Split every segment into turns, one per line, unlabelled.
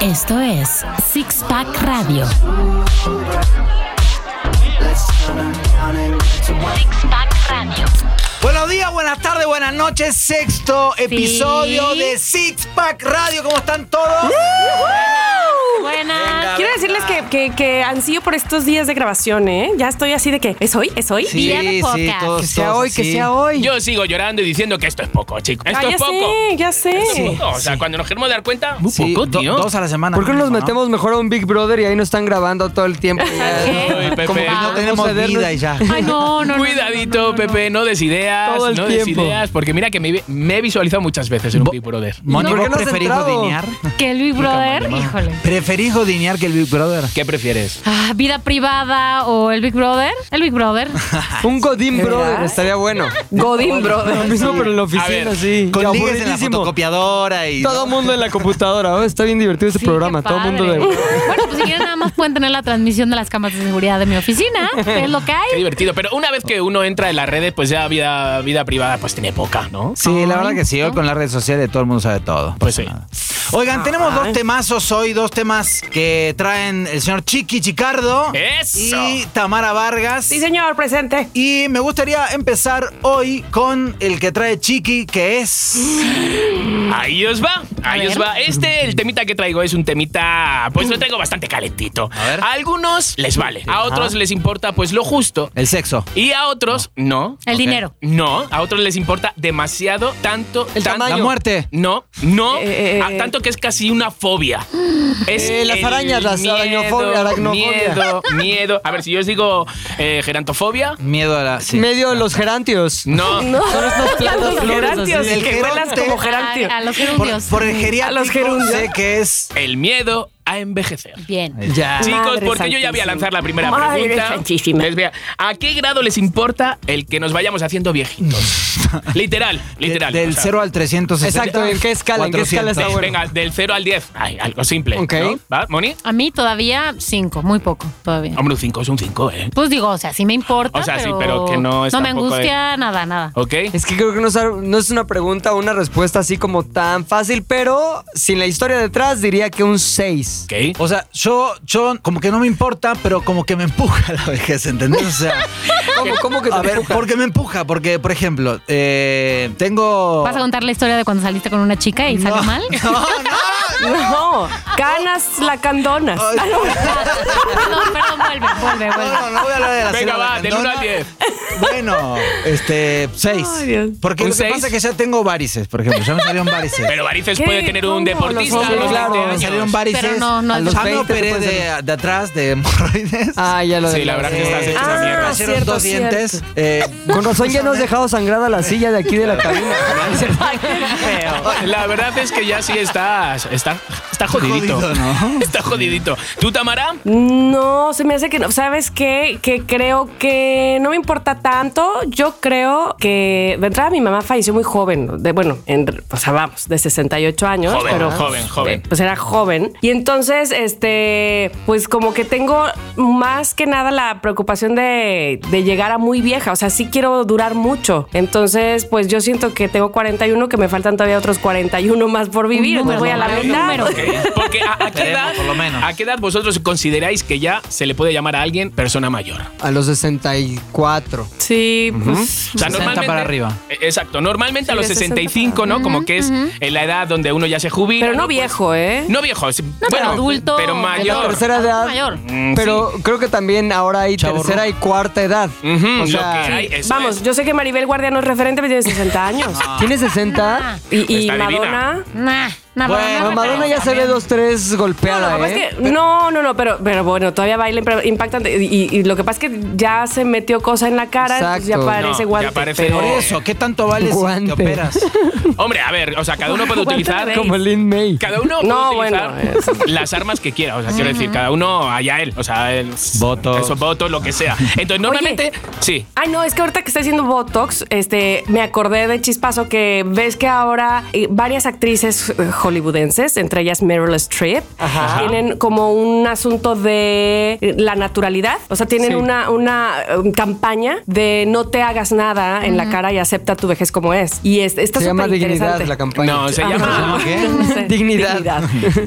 Esto es Six Pack Radio. Six Pack Radio.
Buenos días, buenas tardes, buenas noches. Sexto episodio de Six Pack Radio. ¿Cómo están todos?
Uh,
Buenas. Quiero decirles que, que, que ansío por estos días de grabación, ¿eh? Ya estoy así de que, ¿es hoy? ¿Es hoy?
Sí, Día de podcast.
todos,
Que sea
todos
hoy, que
así.
sea hoy.
Yo sigo llorando y diciendo que esto es poco, chicos.
Ah,
Esto
ya
es poco.
sé, ya sé.
Esto es poco. O sea, cuando nos queremos dar cuenta, muy
Sí,
poco,
do-
tío.
dos a la semana.
¿Por qué no nos
mínimo,
metemos mejor a un Big Brother y ahí nos están grabando todo el tiempo?
qué?
Ay, Pepe.
Como que no
Vamos
tenemos
a vernos.
vida y ya.
Ay, no, no, no.
Cuidadito, Pepe, no des ideas,
Todo el
no des
tiempo.
ideas, porque mira que me, vi- me he visualizado muchas veces en un
Bo-
Big Brother.
Moni,
¿Por qué
¿vos
no has
preferís
entrado?
godinear?
Que el Big Brother, híjole.
¿Preferís godinear que el Big Brother?
¿Qué prefieres?
Ah, vida privada o el Big Brother. El Big Brother.
un Godín Brother estaría bueno.
Godín, bro.
Lo mismo, pero en la
A ver,
oficina, sí. Y
Con ligues en la
aburridísimo.
fotocopiadora y...
Todo mundo en la computadora. Oh, está bien divertido este
Sí,
programa.
qué
Todo mundo de.
padre. Bueno, pues si quieren nada más pueden tener la transmisión de las cámaras de seguridad de mi oficina. Es lo que
Qué
hay.
divertido. Pero una vez que uno entra en las redes, pues ya vida, vida privada, pues tiene poca, ¿no?
Sí, la verdad que sí. Hoy con las redes sociales todo el mundo sabe todo.
Pues sí.
Oigan, tenemos dos temazos hoy, dos temas que traen el señor Chiqui Chicardo
¡Eso!
y Tamara Vargas.
Sí, señor, presente.
Y me gustaría empezar hoy con el que trae Chiqui, que es.
Ahí os va, ahí os va. Este, el temita que traigo es un temita, pues lo traigo bastante calentito.
A ver.
algunos les vale, a otros les importa pues lo justo.
El sexo.
Y a otros, no.
El
Ok.
dinero.
No. A otros les importa demasiado, tanto.
El
tan-
tamaño.
La muerte.
No, no.
Eh, eh,
a- tanto que es casi una fobia. Es
Eh, las
el
arañas, las
miedo,
arañofobia, aracnofobia.
Miedo, miedo. A ver, si yo os digo eh, gerantofobia.
Miedo a la. sí.
Medio de los gerantios.
No.
Son estos planos
Los
flores así.
gerantios,
El
que vuelas
geronte.
como gerantio.
A, a los
Por,
gerundios.
por el
A los
geriátrico
gerundios.
sé que es.
El miedo a envejecer.
Bien.
Ya.
Sí.
Chicos,
Madre
porque yo ya voy a
santísima.
lanzar la primera
Madre
pregunta.
santísima.
Les voy a- ¿A qué grado les importa el que nos vayamos haciendo viejitos? literal, literal.
del
o sea,
0 al 360.
Exacto, ¿en qué escala? ¿En qué escala está
del-
bueno?
Venga, del 0 al 10. Ay, algo simple.
Ok.
¿no? ¿Va, Moni?
A mí todavía cinco, muy poco todavía.
Hombre, un 5 es un 5, ¿eh?
Pues digo, o sea, sí me importa.
O sea, sí, pero que no es
No me
tampoco de- Oh.
angustia nada, nada.
¿Ok?
Es que creo que no es, no es una pregunta o una respuesta así como tan fácil, pero sin la historia detrás diría que un 6.
Ok.
O sea, yo, yo como que no me importa, pero como que me empuja la vejez, ¿entendés? O sea,
¿Cómo, cómo que te
a ver,
empuja?
porque me empuja, porque, por ejemplo, eh, tengo...
¿Vas a contar la historia de cuando saliste con una chica y salió mal?
No, no.
No, canas lacandonas. Ah, no.
perdón, perdón, vuelve, vuelve, vuelve.
No, no, no voy a hablar de la
Venga,
señora
va, del
Rendona.
1 al 10.
Bueno, este, 6.
Ay, Dios.
Porque
¿Un
lo que
seis?
pasa es que ya tengo varices, por ejemplo. Ya me salieron varices.
Pero varices
¿Qué?
puede tener un
¿Cómo?
deportista.
Los
a los
hombres, claro,
20 años.
salieron varices.
Pero no, no,
a
al-
los ya me
20 te
operé
puedes
de, de atrás, de hemorroides.
Ah, ya lo
Sí,
de-
la verdad que
Eh,
estás hecho una
ah,
mierda.
Crecieron
cierto,
dos
cierto.
dientes. eh,
Con razón ya nos has dejado sangrada la silla de aquí de la cabina.
La verdad es que ya sí estás. Está, está jodidito.
Jodido, ¿no?
Está jodidito. ¿Tú, Tamara?
No, se me hace que no. ¿Sabes qué? Que creo que no me importa tanto. Yo creo que de entrada mi mamá falleció muy joven. De, bueno, en- o sea, vamos, de 68 años.
Joven,
pero,
joven, joven.
eh, pues era joven. Y entonces, este, pues como que tengo más que nada la preocupación de, de llegar a muy vieja. O sea, sí quiero durar mucho. Entonces, pues yo siento que tengo 41, que me faltan todavía otros 41 más por vivir.
número,
Entonces voy a la
un
mitad.
número.
Ok, Porque a, a qué
Esperemos,
edad,
por lo menos.
¿a qué edad vosotros consideráis que ya se le puede llamar a alguien persona mayor?
A los 64.
Sí, pues.
O sea,
60 para arriba.
Eh, Exacto. Normalmente a
Sí,
los
de 60
65, ¿no? Como que es en la edad donde uno ya se jubila.
Pero no
¿no? Pues-
viejo, ¿eh?
No viejo. es-
No, pero
bueno,
adulto.
Pero mayor.
Tercera edad.
Mayor.
Mm,
Pero creo que también ahora hay
Chavo
tercera y cuarta edad.
Ujú,
o
lo que
sea,
hay, eso
Vamos,
es.
yo sé que Maribel Guardia no es referente, pero tiene 60 años.
¿tiene 60?
Y, y
Está
Madonna.
divina.
Nah, nada.
Bueno,
Bueno, Madonna ya se ve dos, tres
No,
golpeada,
lo que pasa
¿eh?
es que- no, no, no, pero, pero bueno, todavía baila impre- impactante. Y, y- y lo que pasa es que ya se metió cosa en la cara, entonces ya
Exacto.
No,
parece
ya
guante.
parece-
pero-
Por eso, ¿qué tanto vale si te
Guante.
operas?
Hombre, a ver, o sea, cada uno puede
Aguanta
utilizar.
la
Como Lin May.
Cada uno
No,
puede
bueno,
utilizar las armas que quiera. O sea, quiero decir, cada uno allá él. O sea, el,
Botox.
Esos votos, lo que sea. Entonces, normalmente. Sí.
Ay, no, es que ahorita que estoy haciendo Botox, este, me acordé de Chispazo que ves que ahora eh, varias actrices eh, hollywoodenses, entre ellas Meryl Streep,
Ajá.
tienen como un asunto de eh, la naturalidad. O sea, tienen
Sí.
una, una eh, campaña de no te hagas nada en la cara y acepta tu vejez como es. Y es, está
Se llama dignidad
superinteresante.
la campaña. Ah,
No, se
Ajá.
llama.
¿Qué?
No sé.
Dignidad.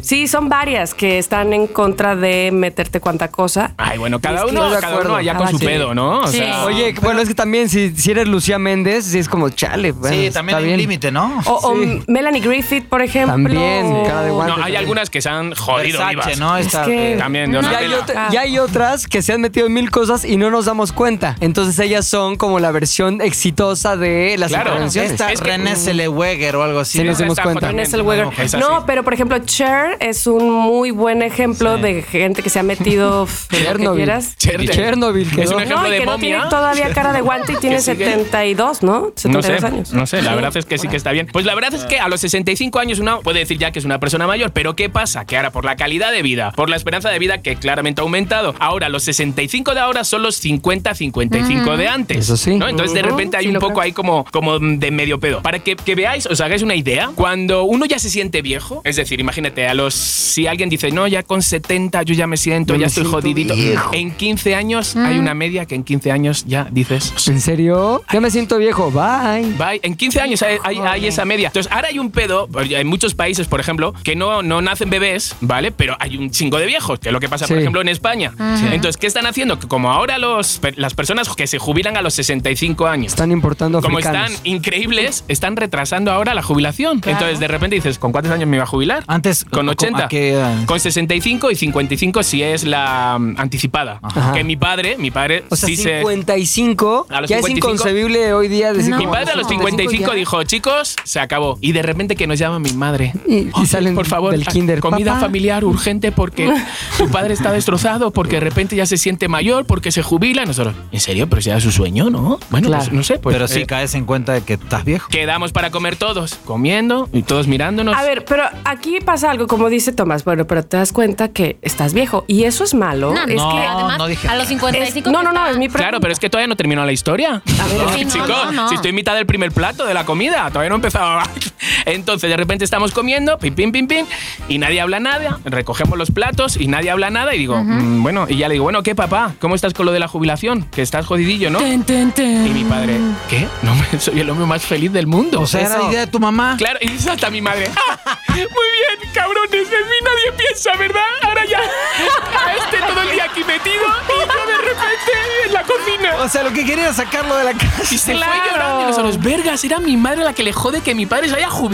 Sí, son varias que están en contra de meterte cuanta cosa.
Ay, bueno, cada
Estoy
uno,
de
cada uno
acuerdo.
allá con
Ah,
su
sí.
pedo, ¿no? O
Sí.
sea,
Oye, bueno, es que también si, si eres Lucía Méndez, sí es como chale. bueno,
sí,
está
también hay un
bien.
límite, ¿no?
O, o
Sí.
Melanie Griffith, por ejemplo.
También, cara de guante.
no, hay algunas que se han jodido
Versace,
vivas.
¿no? Esta-
que-
También, de
No.
una
Y
Ya
hay,
pela.
otra- y hay otras que se han metido en mil cosas y no nos damos cuenta. Entonces ellas son como la versión exitosa de las
Claro.
intervenciones.
Esta
Es que- uh.
René Zellweger o algo así.
Sí,
¿no?
nos dimos
Esa
cuenta.
foto
René
también,
Zellweger.
esa sí.
No, pero por ejemplo, Cher es un muy buen ejemplo de gente que se ha metido f- lo que
Chernobyl.
quieras.
Chernobyl.
Chernobyl
Es
quedó.
un ejemplo
No, y
de
que no
momia.
tiene todavía cara de guante y tiene
Que sigue.
72, ¿no? 72
No sé,
años.
no sé, la verdad es que sí que está bien. Pues la verdad es que a los 65 años uno puede decir ya que es una persona mayor, pero ¿qué pasa? Que ahora por la calidad de vida, por la esperanza de vida que claramente ha aumentado, ahora los 65 de ahora son los 50, 55 de antes.
Eso sí.
¿no? Entonces de
Ujú,
repente hay
sí
un
lo
poco
creo.
ahí como, como de medio pedo. Para que, que veáis, os hagáis una idea, cuando uno ya se siente viejo, es decir, imagínate, a los si alguien dice, no, ya con 70 yo ya me siento,
Yo
ya
me
estoy
siento
jodidito.
viejo.
En 15 años hay una media que en 15 años ya dices,
¿En serio? Ya me siento viejo. Bye.
Bye. En 15 años hay, hay- hay esa media. Entonces, ahora hay un pedo, en muchos países, por ejemplo, que no, no nacen bebés, ¿vale? Pero hay un chingo de viejos, que es lo que pasa, por
Sí.
ejemplo, en España. Entonces, ¿qué están haciendo? Que como ahora los, per- las personas que se jubilan a los 65 años,
Están importando
como
africanos.
están increíbles, están retrasando ahora la jubilación.
Claro.
Entonces, de repente dices, ¿con cuántos años me iba a jubilar?
Antes,
Con
¿a
80.
qué edad?
Con 65 y 55 si es la mm, anticipada.
Ajá.
Que mi padre, mi padre
O sea,
sí se...
55.
A los
Ya
55.
es inconcebible hoy día decir
No.
Mi
como,
padre a los 55
ya.
dijo, chicos, se acabó. Y de repente que nos llama mi madre.
Y- y
"Oye,
salen
por favor,
del
la
kinder,
comida
"Papá".
familiar urgente porque tu padre está destrozado, porque de repente ya se siente mayor, porque se jubila. Y Nosotros, ¿en serio? Pero si era su sueño, ¿no? Bueno,
Claro.
pues, no sé. Pues,
Pero sí
eh,
caes en cuenta de que estás viejo.
quedamos para comer todos, comiendo y todos mirándonos.
A ver, pero aquí pasa algo, como dice Tomás, bueno, pero te das cuenta que estás viejo y eso es malo.
No, no,
Es
no,
que-
además,
no dije
a los
es-
55.
no,
que
no, no,
está-
es mi
Claro, pero es que todavía no terminó la historia.
A ver,
Ah, Sí, no,
Chicos,
no, no.
si estoy en mitad del primer plato de la comida, todavía no he empezado. Entonces, de repente estamos comiendo, pim, pim, pim, pim, y nadie habla nada. Recogemos los platos y nadie habla nada. Y digo, "Mm, bueno, y ya le digo, bueno, ¿qué, papá? ¿Cómo estás con lo de la jubilación? Que estás jodidillo, ¿no?
Ten, ten, ten.
Y mi padre, ¿qué? No, hombre, soy el hombre más feliz del mundo.
O sea, era la idea de tu mamá.
Claro, y dice hasta mi madre. "Ah, Muy bien, cabrones, de mí nadie piensa, ¿verdad? Ahora ya, a este todo el día aquí metido y yo de repente en la cocina.
O sea, lo que quería era sacarlo de la casa.
Y se
Claro.
fue llorando y nosotros, vergas, era mi madre la que le jode que mi padre se haya jubilado.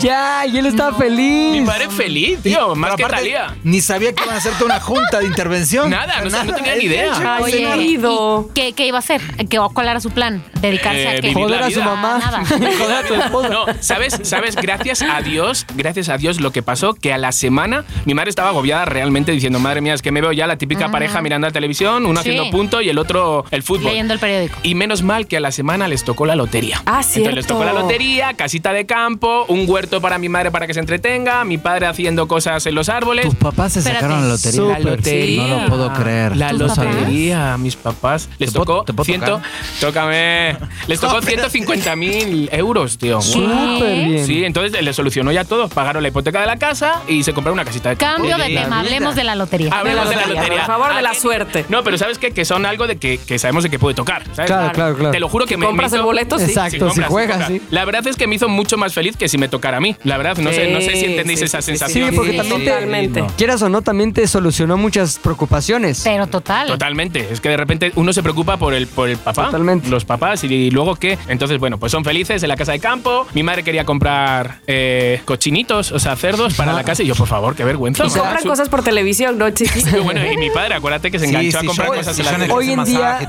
Ya, y él está feliz.
Mi padre feliz, tío, más
Pero
que
aparte,
Talía.
Ni sabía que iban a hacerte una junta de intervención.
Nada, no, sé, no tenía ni idea.
Ay, querido.
¿y qué, qué iba a hacer? ¿Qué, ¿Cuál era su plan? ¿Dedicarse
Eh,
a qué?
vivir
Joder
la
a su
vida.
mamá.
Nada.
Joder a tu esposa.
No, ¿sabes? ¿Sabes? Gracias a Dios, gracias a Dios lo que pasó, que a la semana mi madre estaba agobiada realmente diciendo, madre mía, es que me veo ya la típica pareja mirando la televisión, uno
Sí.
haciendo punto y el otro el fútbol.
Leyendo el periódico.
Y menos mal que a la semana les tocó la lotería.
Ah,
Entonces les
cierto.
tocó la lotería, casita de campo, un huerto para mi madre para que se entretenga, mi padre haciendo cosas en los árboles.
Tus papás
eh,
se
Espérate.
sacaron la lotería.
La lotería. Ah,
No lo puedo creer.
La
¿Tus
lotería, mis papás. Les
¿Te puedo-
tocó
te puedo
100
tocar?
Tócame. Les tocó
No, espérate.
150 mil euros, tío.
Súper bien.
Sí, entonces le solucionó ya todo. Pagaron la hipoteca de la casa y se compraron una casita de campo.
Cambio de
Sí.
tema, hablemos de la lotería.
Hablemos de la lotería.
Por favor, de la
Ah,
suerte.
No, pero ¿sabes qué? Que son algo de que, que sabemos de que puede tocar. ¿sabes?
Claro, claro, claro.
Te lo juro que me,
compras
me
el
hizo-
boleto, sí.
Exacto. si
compras,
juegas,
compras.
sí.
La verdad es que me hizo mucho más feliz que si me tocara a mí. La verdad, no sé, no sé si
Sí,
entendéis
sí,
esa
sí, sí,
sensación.
Sí, porque también te-
totalmente.
no.
Quieras o no, también te solucionó muchas preocupaciones.
Pero total.
Totalmente. Es que de repente uno se preocupa por el, por el papá.
Totalmente.
Los papás y, luego qué. Entonces, bueno, pues son felices en la casa de campo. Mi madre quería comprar eh, cochinitos, o sea, cerdos para
Ah.
la casa. Y yo, por favor, qué vergüenza.
Y compran
Su-
cosas por televisión, ¿no, chiquis?
Y Bueno, y mi padre, acuérdate que se enganchó a comprar cosas en la tele.
Hoy en día-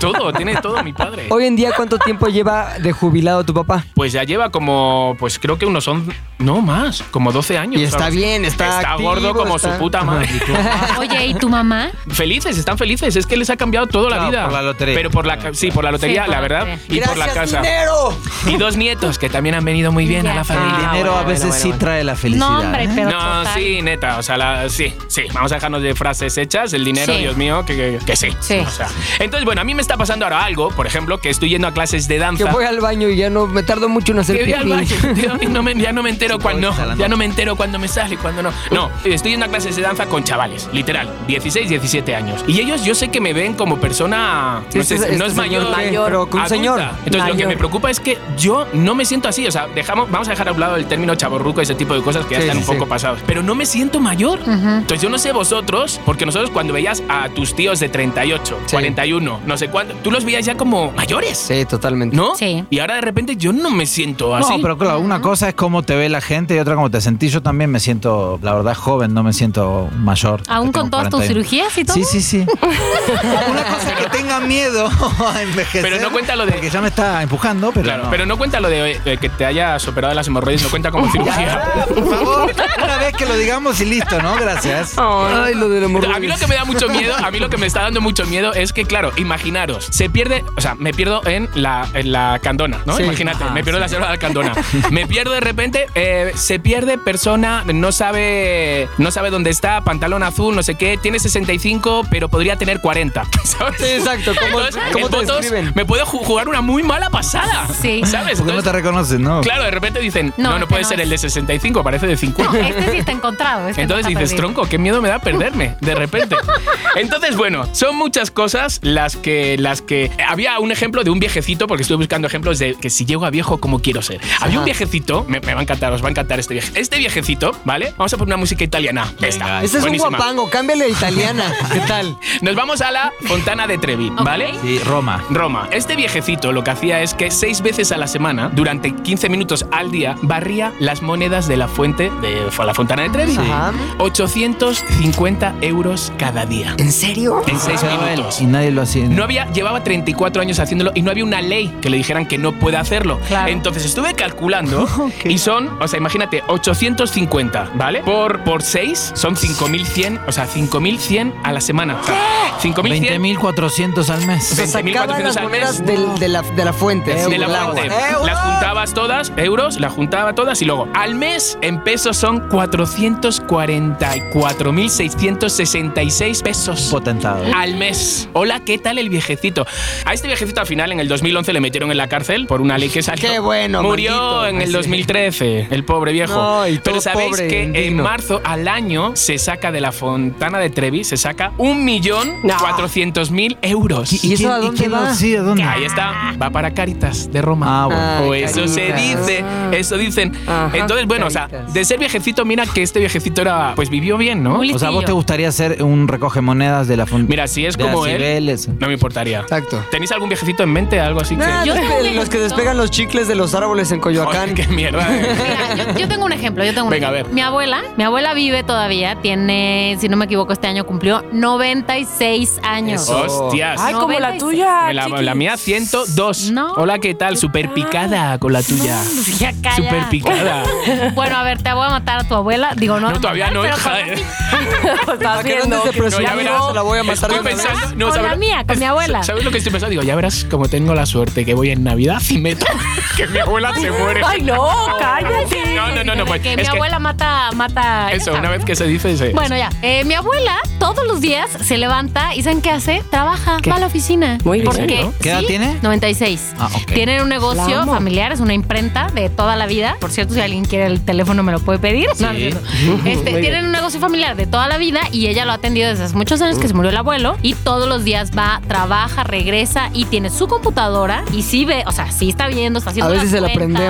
Todo, tiene todo mi padre.
Hoy en día, ¿cuánto tiempo lleva de jubilado tu papá?
Pues ya lleva como, pues creo que unos son, no más, como 12 años.
Y está
¿sabes?
bien, está activo,
gordo como
está-
su puta madre.
Oye, ¿y tu mamá?
felices, están felices. Es que les ha cambiado toda la
Claro,
vida.
por la lotería.
Pero por la, ca- sí, por la lotería,
por
la
la
verdad.
lotería.
Y por la casa.
dinero!
Y dos nietos que también han venido muy bien a la
El
familia.
Ah,
dinero a
bueno,
veces
bueno, bueno,
sí
bueno.
trae la felicidad.
No, hombre,
¿eh?
pero
No,
total.
sí, neta, o sea, la- sí, sí, vamos a dejarnos de frases hechas, el dinero,
Sí.
Dios mío, que, que- que sí.
Sí.
O sea, entonces, bueno, a mí me está pasando ahora algo, por ejemplo, que estoy yendo a clases de danza.
Que voy al baño y ya no me tardo mucho en hacer
Que voy al
pipí.
baño, tío, y no me- ya no me entero entero
chico,
cuando,
ahorita la
ya no
noche.
me entero cuando me sale, cuando no. No, estoy en una clase de danza con chavales, literal, 16, 17 años. Y ellos yo sé que me ven como persona, no,
Este-
sé,
este
no es
señor,
mayor,
¿qué? Pero con un
adulta.
señor.
Entonces lo que
Mayor.
me preocupa es que yo no me siento así, o sea, dejamos, vamos a dejar a un lado el término chaborruco, ese tipo de cosas que ya
Sí,
están
sí,
un poco
sí.
pasados, pero no me siento mayor. Entonces yo no sé vosotros, porque nosotros cuando veías a tus tíos de 38,
Sí.
41, no sé cuánto, tú los veías ya como mayores.
Sí, totalmente.
¿No?
Sí.
Y ahora de repente yo no me siento así.
No, pero claro, una cosa es cómo te ve la gente y otra cómo te sentís. Yo también me siento, la verdad, joven, no me siento mayor.
¿Aún
Tengo
con todas tus
41.
cirugías y todo?
Sí, sí, sí. una cosa es que tenga miedo a envejecer.
Pero no cuenta lo de-
Que ya me está empujando, pero.
Claro,
no.
pero no cuenta lo de eh, que te hayas operado las hemorroides, no cuenta como cirugía.
Por favor, una vez que lo digamos y listo, ¿no? Gracias.
Ay, lo del amor.
A mí lo que me da mucho miedo, a mí lo que me está dando mucho miedo es que, claro, imaginaros, se pierde, o sea, me pierdo en la, en la candona, ¿no?
Sí.
Imagínate,
Ajá,
me pierdo en la selva de la candona. Me pierdo de repente, eh, se pierde persona, no sabe, no sabe dónde está, pantalón azul, no sé qué, tiene 65, pero podría tener 40. ¿sabes?
Sí, exacto, ¿cómo-
Entonces,
cómo
en
te
fotos
describen?
me puedo ju- jugar una muy mala pasada.
Sí.
¿Sabes?
Porque no te
Entonces,
reconoces, ¿no?
Claro, de repente dicen,
No,
no, no,
este
puede
no
ser
es.
el de 65, parece de 50.
No, este sí está encontrado. este no
Entonces
está
dices,
perdido.
tronco, qué miedo me da perderme, de repente. Entonces, bueno, son muchas cosas las que, las que... Había un ejemplo de un viejecito, porque estuve buscando ejemplos de que si llego a viejo, ¿cómo quiero ser? Había un viejecito, me, me va a encantar, os va a encantar este viejecito. Este viejecito, ¿vale? Vamos a poner una música italiana. Esta,
Este es un
buenísima.
guapango, cámbiale a italiana. ¿Qué tal?
Nos vamos a la Fontana de Trevi, ¿vale?
Sí, Roma.
Roma. Este viejecito lo que hacía es que seis veces a la semana, durante 15 minutos al día, barría las monedas de la fuente de la Fontana de Trevi.
Ajá.
850 euros cada día.
¿En serio?
En seis
Chaval,
minutos.
Y nadie lo hacía.
No había, llevaba 34 años haciéndolo y no había una ley que le dijeran que no puede hacerlo.
Claro.
Entonces estuve calculando y son, o sea, imagínate, 850, ¿vale? Por, por 6 son 5100, o sea, 5100 a la semana. O sea, 5100
20.400 al
O sea,
mes.
20.400
sacaba
al
las
mes.
monedas del- de, la, de la fuente. así,
Eh,
Eh,
de la
del agua.
fuente.
¡Euros!
Las juntabas todas, euros, las juntaba todas y luego al mes en pesos son 444.666 pesos.
Potentado.
Al mes. Hola, ¿qué tal el viejecito? A este viejecito al final en el 2011 le metieron en la cárcel por una ley que salió.
Qué bueno,
Murió
maldito.
en el
Así.
2013, el pobre viejo.
No, y
Pero
todo
sabéis
pobre,
que en
indigno.
marzo al año se saca de la Fontana de Trevi, se saca 1.400.000 euros.
¿Y eso
quién-
a
y
dónde
quién lo
va?
hacía? ¿Dónde?
Ahí está, va para Caritas de Roma.
Ah, bueno.
Ah,
o
Ay,
eso se
Caritas.
dice, eso dicen.
Ajá,
Entonces, bueno, o sea,
Caritas.
de ser viejecito, mira que este viejecito era, pues vivió bien, ¿no?
Muy
O sea, ¿vos
listillo.
te gustaría hacer un recoge monedas de la fun-
Mira, si es
de
como
las
él,
Cibeles?
No me importaría.
Exacto.
¿Tenéis algún viejecito en mente? Algo así que.
Nah,
Yo
los,
tengo
que,
un
los que
ejemplo.
despegan los chicles de los árboles en
Joder,
Coyoacán.
qué mierda. eh.
Mira, yo, yo tengo un ejemplo, yo tengo un
Venga, a
ejemplo.
ver.
Mi abuela, mi abuela vive todavía, tiene, si no me equivoco, este año cumplió 96 años.
Eso.
Oh. Hostias.
Ay, como la
96.
tuya.
la,
chiqui.
la mía 102.
Ah, No.
Hola, ¿qué tal? Super picada con la tuya.
Ya calla.
Super picada.
Bueno, a ver, te voy a matar a tu abuela. Digo, no.
No, todavía no,
pero
hija. eh.
con la mía-
Estás
Para que no
viendo.
andes
que-
No,
depresiva,
ya verás.
se la voy a matar
Estoy
de una vez.
pensando- no,
Con
¿sabes?
la mía, con mi abuela.
¿Sabes lo que estoy pensando? Digo, ya verás como tengo la suerte que voy en Navidad y meto que mi abuela se muere.
Ay, no, cállate.
No, no, no, no. pues,
que mi
es que
abuela mata, mata.
eso,
ya
una
sabes,
vez que se dice, se.
Bueno, ya. Eh, mi abuela todos los días se levanta y ¿saben qué hace? Trabaja, va a la oficina.
Muy bien.
¿Por qué?
¿En serio?
¿Qué edad tiene?
96.
Ah, ok.
Tienen un
La
negocio
amo.
familiar, es una imprenta de toda la vida. Por cierto, si alguien quiere el teléfono, me lo puede pedir. No, no es cierto. Este,
bien.
tienen un negocio familiar de toda la vida y ella lo ha atendido desde hace muchos años que se murió el abuelo. Y todos los días va, trabaja, regresa y tiene su computadora y sí ve, o sea, sí está viendo, está
A
haciendo.
ver si
las
se la
cuentas.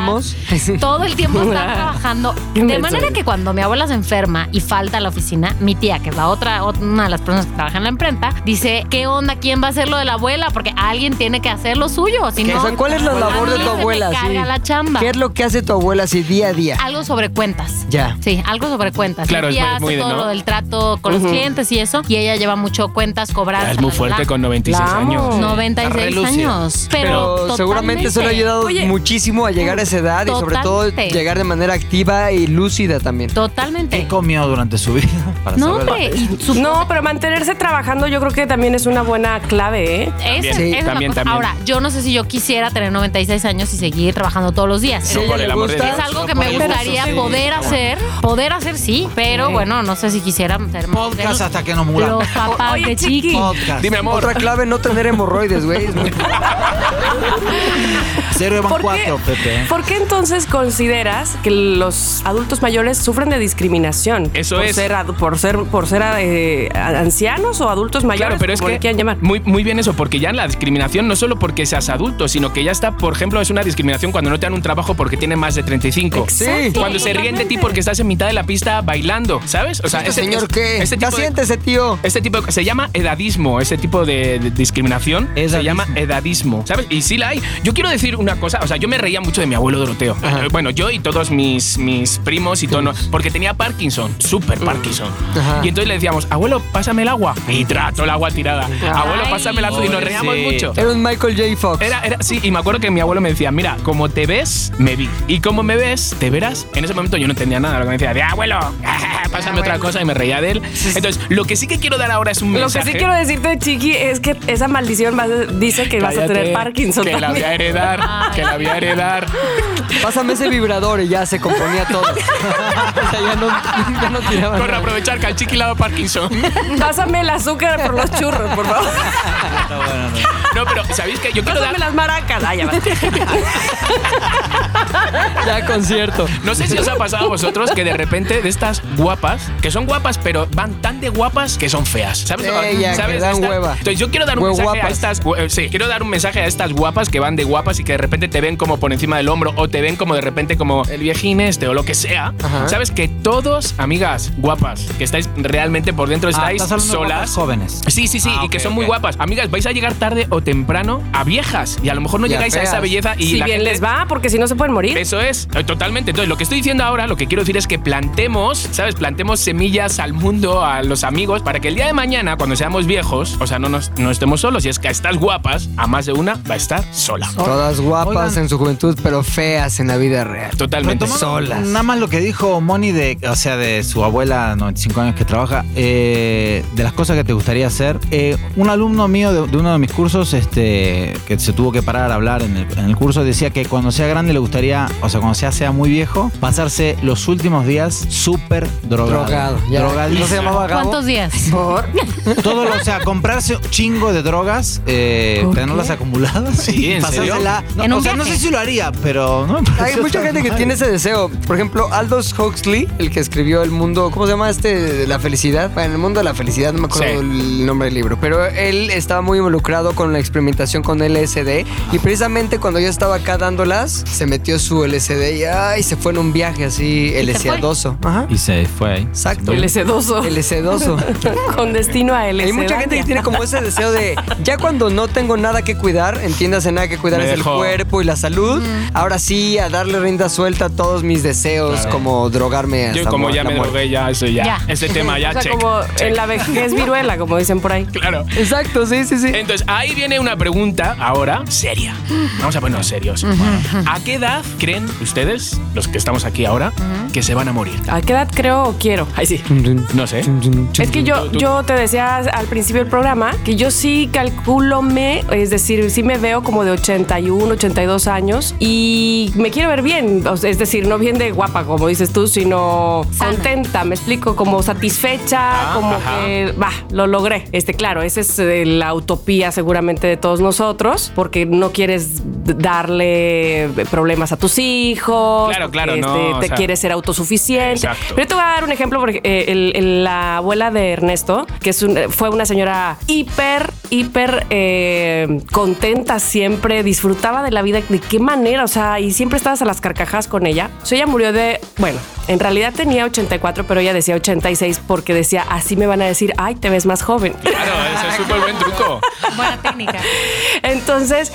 prendemos.
Todo el tiempo está trabajando.
Qué
De
menso
manera
eres.
que cuando mi abuela se enferma y falta a la oficina, mi tía, que es la otra, ot- una de las personas que trabaja en la imprenta, dice, ¿qué onda? ¿Quién va a hacer lo de la abuela? Porque alguien tiene que hacer lo suyo. Si
¿Qué?
no,
O sea, ¿cuál es la labor
a
de
mí
tu
se me
abuela? Sí.
carga la chamba.
¿Qué es lo que hace tu abuela así día a día?
Algo sobre cuentas.
Ya.
Sí, algo sobre cuentas.
Claro,
Mi
es
tía
muy-
hace
muy de,
todo
¿no?
lo del trato con los clientes y eso. Y ella lleva mucho cuentas cobradas.
Es muy fuerte con 96
La amo.
años.
96
Relucida.
años. Pero,
Pero seguramente eso le ha
totalmente.
ayudado
Oye,
muchísimo a llegar a esa edad y sobre todo
totalmente.
llegar de manera activa y lúcida también.
Totalmente.
¿Qué comió durante su vida? Para
No,
saberlo.
hombre, y su-
No, pero mantenerse trabajando yo creo que también es una buena clave, ¿eh?
Esa-
Sí,
esa es la
también,
cosa.
también.
Ahora, yo no sé si yo quisiera tener 96 años y seguir trabajando todos los días.
Si
No,
a ella
por el
le
amor de
gusta,
Dios.
Es algo que
por
me
eso,
gustaría
sí.
poder hacer, poder hacer sí, pero bueno, no sé si quisiera ser más de
Podcast
los-
hasta que nos
los
muramos.
papás
Oye,
de
chiqui.
chiqui.
Podcast.
Dime, amor.
Otra clave, no tener hemorroides, güey. Es muy-
Cero van
¿Por
cuatro,
qué,
Pepe.
por qué entonces consideras que los adultos mayores sufren de discriminación?
Eso
por
es.
Ser, adu- por ser, por ser eh, ancianos o adultos mayores.
Claro, pero es
como le
que
quieran llamar.
muy, muy bien eso, porque ya la discriminación no solo porque seas adulto, sino que ya está, por ejemplo, es una discriminación cuando no te dan un trabajo porque tienes más de 35.
Sí.
Cuando se ríen de ti porque estás en mitad de la pista bailando, ¿sabes? O sea,
¿Este señor qué?
este
ya
tipo de-
siéntese, tío.
Este tipo de- se llama edadismo, ese tipo de, de discriminación
Edadismo.
se llama edadismo, ¿sabes? Y sí la hay. Yo quiero decir una cosa, o sea, yo me reía mucho de mi abuelo Doroteo. Eh, Bueno, yo y todos mis, mis primos y todos, porque tenía Parkinson, super Parkinson.
Ajá.
Y entonces le decíamos, abuelo, pásame el agua. Y trato el agua tirada. Abuelo,
Ay.
pásame el azul. Y nos reíamos
Pobrecito.
mucho.
Era un Michael J. Fox.
Era, era, sí, y me acuerdo que mi abuelo me decía, mira, como te ves, me vi. Y como me ves, te verás. En ese momento yo no entendía nada. Lo que me decía, de abuelo, pásame otra cosa y me reía de él. Entonces, lo que sí que quiero dar ahora es un
Lo que
mensaje.
sí quiero decirte, Chiqui, es que esa maldición vas- dice que vas a
Cállate,
tener Parkinson
Que la voy
también.
a heredar, que la voy a heredar.
Pásame ese vibrador y ya se componía todo. o sea, ya no, ya no tiraba
Corre a
nada.
aprovechar que al chiqui le ha dado Parkinson.
Pásame el azúcar por los churros, por favor.
No, pero ¿sabéis qué? Yo quiero dar...
Pásame las maracas. Ah, ya va.
Ya concierto.
No sé si os ha pasado a vosotros que de repente de estas guapas, que son guapas, pero van tan de guapas que son feas. ¿Sabes?
Ella, que
¿Sabes?
dan
Esta-
hueva.
Entonces yo quiero dar un
Hue-
mensaje a
guapas.
estas. gu- eh, Sí, quiero dar un mensaje a estas guapas que van de guapas y que de repente te ven como por encima del hombro o te ven como de repente como el viejín este o lo que sea.
Ajá.
¿Sabes? Que todos, amigas guapas, que estáis realmente por dentro,
Ah,
estáis
estás hablando de guapas
solas.
jóvenes.
Sí, sí, sí,
Ah,
y que
ok,
son muy
ok.
guapas. Amigas, vais a llegar tarde o temprano a viejas y a lo mejor no
Y a
llegáis a esa
feas.
belleza y
Si
la
bien
gente-
les va, porque si no se pueden morir.
eso es, eh, totalmente. Entonces, lo que estoy diciendo ahora, lo que quiero decir es que plantemos, ¿sabes? Plantemos semillas al mundo, a los amigos, para que el día de mañana, cuando seamos viejos, o sea, no, nos, no estemos solos. Y es que a estas guapas, a más de una, va a estar sola.
Todas guapas
Oigan.
en su juventud, pero feas en la vida real.
Totalmente.
Retomando
solas.
Nada más lo que dijo Moni de, o sea, de su abuela, 95 años que trabaja, eh, de las cosas que te gustaría hacer. Eh, un alumno mío de, de uno de mis cursos, este, que se tuvo que parar a hablar en el, en el curso, decía que cuando sea grande le gustaría, o sea, cuando sea, sea muy viejo, pasarse los últimos días súper drogado.
Drogado. ya.
Drogadísimo.
¿No se llamaba Gabo?
¿Cuántos días?
Todo lo, o sea, comprarse un chingo de drogas, eh,
¿Por
tenerlas
qué?
acumuladas.
Sí, ¿en serio?
pasársela- No,
¿En un
o sea, no
viaje?
sé si lo haría, pero no me
Hay
pareció
mucha
tan
gente que
mal.
tiene ese deseo. Por ejemplo, Aldous Huxley, el que escribió El Mundo, ¿cómo se llama este? La felicidad. Bueno, el mundo de la felicidad, no me acuerdo
Sí.
el nombre del libro. Pero él estaba muy involucrado con la experimentación con LSD. Y precisamente cuando yo estaba acá dándolas, se metió su LSD y ay, se fue en un viaje así,
se fue.
LSDoso. Ajá.
Y se fue ahí.
Exacto.
El sedoso.
LSDoso.
Con destino a él.
Hay mucha gente que tiene como ese deseo de ya cuando no tengo nada que cuidar, entiéndase nada que cuidar
Me
es
dejó.
el cuerpo y la salud. Ahora sí, a darle rienda suelta a todos mis deseos, como drogarme hasta
Yo, como
mu-
ya
la
me
muerte.
drogué, ya, eso ya.
Ya.
Ese tema ya,
O sea,
check,
como
check.
en la vejez viruela, como dicen por ahí.
Claro.
Exacto, sí, sí, sí.
Entonces, ahí viene una pregunta ahora seria. Vamos a ponernos serios. ¿A qué edad creen ustedes, los que estamos aquí ahora, que se van a morir?
¿A qué edad creo o quiero? Ay, sí.
No sé.
Es que yo, yo te decía al principio del programa que yo sí calculo me, es decir, sí me veo como de 81, 82 años y me quiero ver bien, o sea, es decir, no bien de guapa como dices tú, sino
Sana.
contenta, me explico, como satisfecha,
Ah,
como
ajá.
que, va, lo logré. Este, claro, esa es eh, la utopía seguramente de todos nosotros, porque no quieres d- darle problemas a tus hijos,
Claro, claro,
porque,
no,
este,
o
te
sea,
quieres ser autosuficiente.
exacto.
Pero te voy a dar un ejemplo, porque eh, el- el- la abuela de Ernesto, que es un- eh, fue una señora hiper, hiper eh, contenta siempre, disfrutaba de la vida, de qué manera, o sea, y siempre estabas a las carcajadas con ella. O sea, ella murió de, bueno, en realidad tenía 84, pero ella decía 86 porque decía, así me van a decir, ay, te ves más joven.
Claro, ese es súper buen truco.
Buena técnica.
Entonces,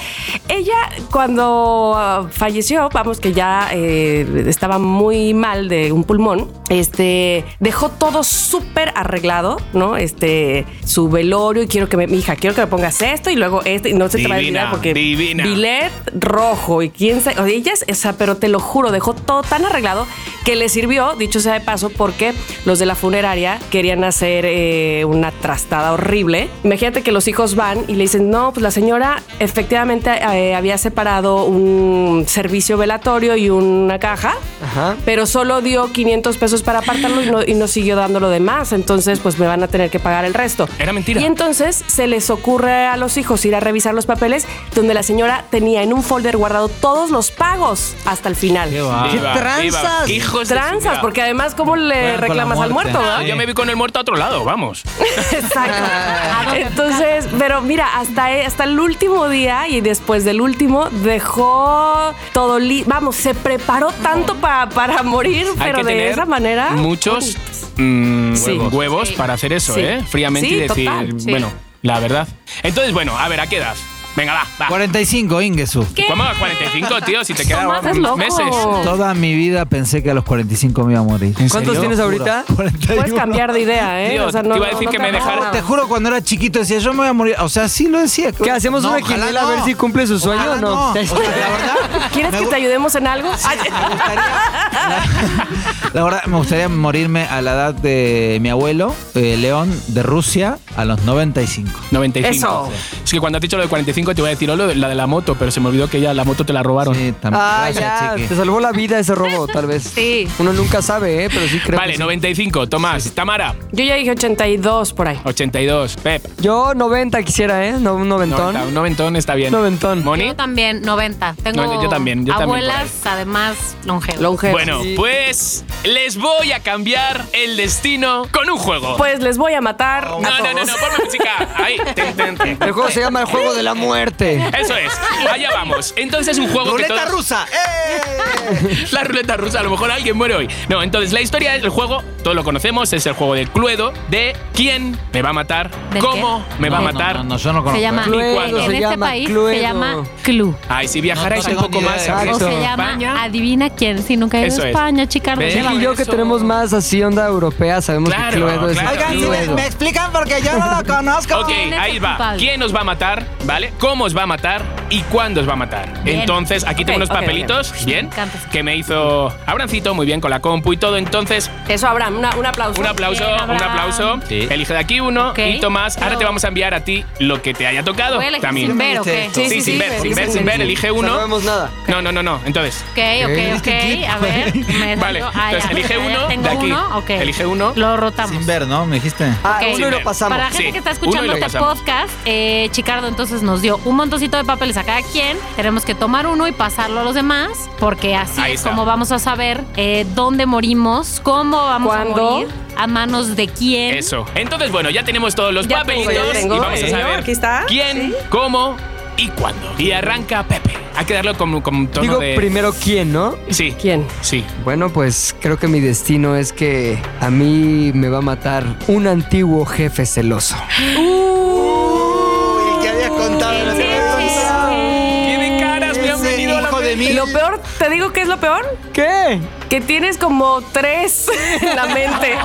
ella cuando ah, falleció, vamos que ya eh, estaba muy mal de un pulmón, este, dejó todo súper arreglado, ¿no? Este, su velorio y quiero que me, mi hija, quiero que me pongas esto y luego este y no se te va a
Divina,
olvidar porque
divina.
Billet rojo y quién sabe, o sea, ella, es- o sea, pero te lo juro, dejó todo tan arreglado que le sirvió, dicho sea de paso, porque los de la funeraria querían hacer eh, una trastada horrible. Imagínate que los hijos van y le dicen, no, pues la señora efectivamente eh, había separado un servicio velatorio y una caja,
Ajá.
pero solo dio 500 pesos para apartarlo y no, y no siguió dando lo demás, entonces pues me van a tener que pagar el resto.
Era mentira.
Y entonces se les ocurre a los hijos ir a revisar los papeles donde la señora tenía en un folder guardado todos los pagos hasta el final.
Qué va.
¡Qué
tranzas!
¡Hijos de su
Tranzas,
vida.
porque además, ¿cómo le
Juegan con la
reclamas al
muerte.
muerto?
Ah,
verdad?
Yo me vi con el muerto a otro lado, vamos.
Exacto. Entonces, pero mira, hasta, eh, hasta el último día y después del último dejó todo listo. Vamos, se preparó tanto pa- para morir,
Hay
pero
que
de
tener
esa manera.
Muchos mm,
Sí.
huevos, huevos para hacer eso,
Sí.
¿eh? Fríamente
Sí,
y decir,
total,
sí.
bueno, la verdad. Entonces, bueno, a ver, ¿a qué edad? Venga, va, va.
45, Ingesu.
¿Qué?
¿Cómo? a 45, tío, si te quedan
más es loco.
meses.
Toda mi vida pensé que a los 45 me iba a morir.
¿Cuántos tienes ahorita?
41.
Puedes cambiar de idea, ¿eh?
Tío, te iba a decir que me
te
dejara-
jodas.
Te juro, cuando era chiquito decía, yo me voy a morir. O sea, sí lo decía.
¿Qué, hacemos una
ojalá
quiniela a ver si cumple su sueño o
Ojalá
no?
O sea, la verdad,
¿Quieres
me
que
gu-
te ayudemos en algo? Ay,
me gustaría- la, la verdad, me gustaría morirme a la edad de mi abuelo, eh, León, de Rusia, a los 95.
95.
Eso.
Es que cuando has dicho lo de 45 te iba a decir, oh, lo de- la de la moto, pero se me olvidó que ya la moto te la robaron.
Sí, también.
Ah,
Gracias,
ya.
chiqui.
Te salvó la vida ese robo, tal vez.
Sí.
Uno nunca sabe, ¿eh? Pero sí creo.
Vale,
que sí.
95. Tomás, Tamara,
Yo ya dije 82 por ahí.
82. Pep,
Yo 90 quisiera, ¿eh? No, un noventón.
90. Un noventón está bien.
Noventón.
Moni.
Yo también, 90. Tengo
No, yo- yo también, yo también por
abuelas, además, longevas.
Longevo.
Bueno, pues les voy a cambiar el destino con un juego.
Pues les voy a matar. Ah,
no, no, no, no, ponme música. Ahí. Ten, ten, ten.
El juego se llama el juego de la
Eh,
muerte.
Eso es. Allá vamos. Entonces un juego que
Ruleta
todos-
rusa. ¡Eh!
La ruleta rusa, a lo mejor alguien muere hoy. No, entonces la historia del juego, todos lo conocemos, es el juego del Cluedo de quién me va a matar,
¿Del
cómo me va a
No,
matar.
No, no, no, yo no conozco.
se llama.
Cluedo,
en
se
este
llama
país
Cluedo.
se llama Clue.
Ay, si viajarais
No, no
un poco
tengo ni
más
idea
a
de
O
eso.
se llama
España.
Adivina quién, si nunca he ido
Eso
a
es.
España, Chicardo.
Ve.
se
Chiqui
llama.
y yo que
eso.
tenemos más así onda europea, sabemos
Claro,
que Cluedo es
claro.
el
Oigan, sí,
Cluedo.
explican porque yo no lo conozco.
Ok,
¿Quién es
ahí
el
va.
culpable?
¿Quién os va a matar? ¿Vale? ¿Cómo os va a matar? ¿Y cuándo os va a matar?
Bien.
Entonces, aquí
Ok,
tengo unos
ok,
papelitos, ¿bien?
encanta eso.
Que me hizo Abrancito muy bien con la compu y todo. Entonces,
Eso, Abraham, una- un aplauso.
un aplauso,
Bien,
un
Abraham.
aplauso.
Sí.
Elige de aquí uno
Ok.
y Tomás. Ahora
Pero-
te vamos a enviar a ti lo que te haya tocado
Voy a elegir
también.
sin ver, ¿o qué?
Sí,
Sí,
sí,
sin
sí,
ver,
sí,
sin
sí,
ver,
sí,
sin
sí.
ver, elige
O sea, no
uno.
vemos nada.
No, no, no, no. Entonces,
Ok, ok, ok. A ver, me
Vale,
salgo- ah, ya,
entonces elige
ya
uno
tengo
de aquí.
uno, ok.
Elige uno.
Lo rotamos.
Sin ver, ¿no? Me dijiste.
Ah,
Ok.
uno y lo pasamos.
Para la gente
Sí,
que está
uno y
escuchando
lo
este
pasamos.
podcast, eh, Chicardo entonces nos dio un montoncito de papeles a cada quien. Tenemos que tomar uno y pasarlo a los demás, porque así
Ahí
es
está.
como vamos a saber eh, dónde morimos, cómo vamos
¿Cuándo?
a morir, a manos de quién.
Eso. Entonces, bueno, ya tenemos todos los
Ya
papelitos
tengo, ya
y
tengo,
vamos a
¿eh?
saber
Aquí está,
quién, cómo y cuándo. Y arranca Pepe. Hay que darlo con, con tono
Digo
de...
primero quién, ¿no?
Sí.
¿Quién?
Sí.
Bueno, pues creo que mi destino es que a mí me va a matar un antiguo jefe celoso.
El que habías contado en
¡Tiene caras! ¡Bienvenido a la...
hijo de mí.
Y lo peor, te digo que es lo peor,
¿Qué?
que tienes como tres en la mente.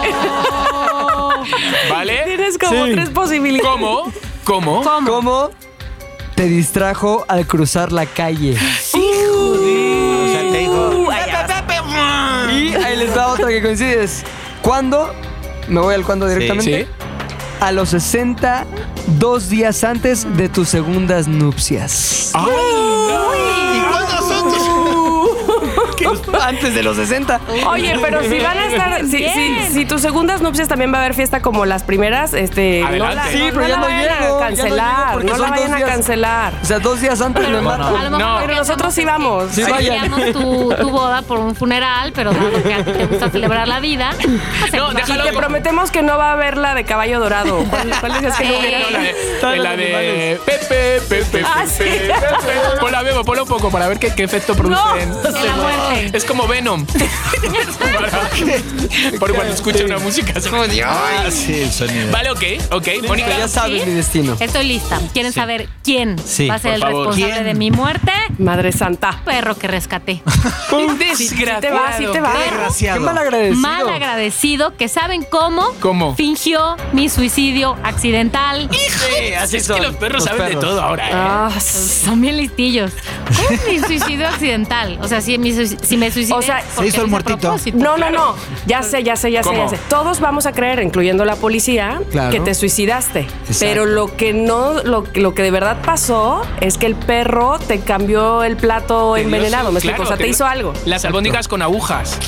¿Vale?
tienes como
Sí.
tres posibilidades.
¿Cómo? ¿Cómo?
¿Cómo? te distrajo al cruzar la calle?
O sea, te dijo.
Uh, ay, ya.
Ah.
Y ahí les va otra que coincides. ¿Cuándo? Me voy al cuándo directamente.
Sí.
A los 60, dos días antes de tus segundas nupcias.
¡Ay!
Antes de los 60.
Oye, pero si van a estar, si,
Bien.
si- si tus segundas nupcias también va a haber fiesta como las primeras, este,
Adelante.
Sí, pero ya
la
no
vayan
llego, ya no
a cancelar,
llego
no,
porque
la
son dos
vayan a
días.
cancelar.
O sea, dos días antes me
bueno.
A
matan.
lo mejor
No.
piensas
Pero nosotros sí
que
vamos.
Sí, vayan.
cambiamos tu, tu boda por un funeral, pero dado que a ti te gusta celebrar la vida.
No,
hacemos-
déjalo.
Te prometemos que no va a haber la de caballo dorado. ¿Cuál, cuál decías que no
Sí.
hubiera?
No, la de, la
Todos los
de
animales.
Pepe, Pepe,
Ah,
Pepe,
sí.
Pepe. Ponla, Bebo, ponla un poco para ver qué, qué efecto producen.
Que la muerte.
Es como Venom. Por cuando escucha una música. se-
Ah, sí, el sonido.
Vale, ok, ok. Mónica,
Ya sabes
¿Sí?
mi destino.
Estoy lista. ¿Quieren saber quién
Sí,
va a ser
por
el
favor.
responsable
¿Quién?
de mi muerte?
Madre santa.
Perro que rescaté.
un
Sí te va, sí te va.
Qué mal
Desgraciado.
agradecido.
mal agradecido que saben cómo,
¿Cómo?
fingió mi suicidio accidental.
Sí, así es que los perros
los
saben
perros.
de todo ahora. ¿eh?
Ah,
Son bien listillos. ¿Cómo es mi suicidio accidental? O sea, si, mi sui- si me sí,
O
ves,
sea,
porque
hizo el
es a
muertito.
propósito.
No,
Claro.
no, no. Ya sé, ya sé, ya sé,
¿Cómo?
ya sé. Todos vamos a creer, incluyendo la policía,
Claro.
que te suicidaste.
Exacto.
Pero lo que no, lo, lo que de verdad pasó es que el perro te cambió el plato
Te dio
envenenado.
su-
Me explico,
claro,
o sea, te,
dio-
hizo algo.
Las albóndigas con agujas.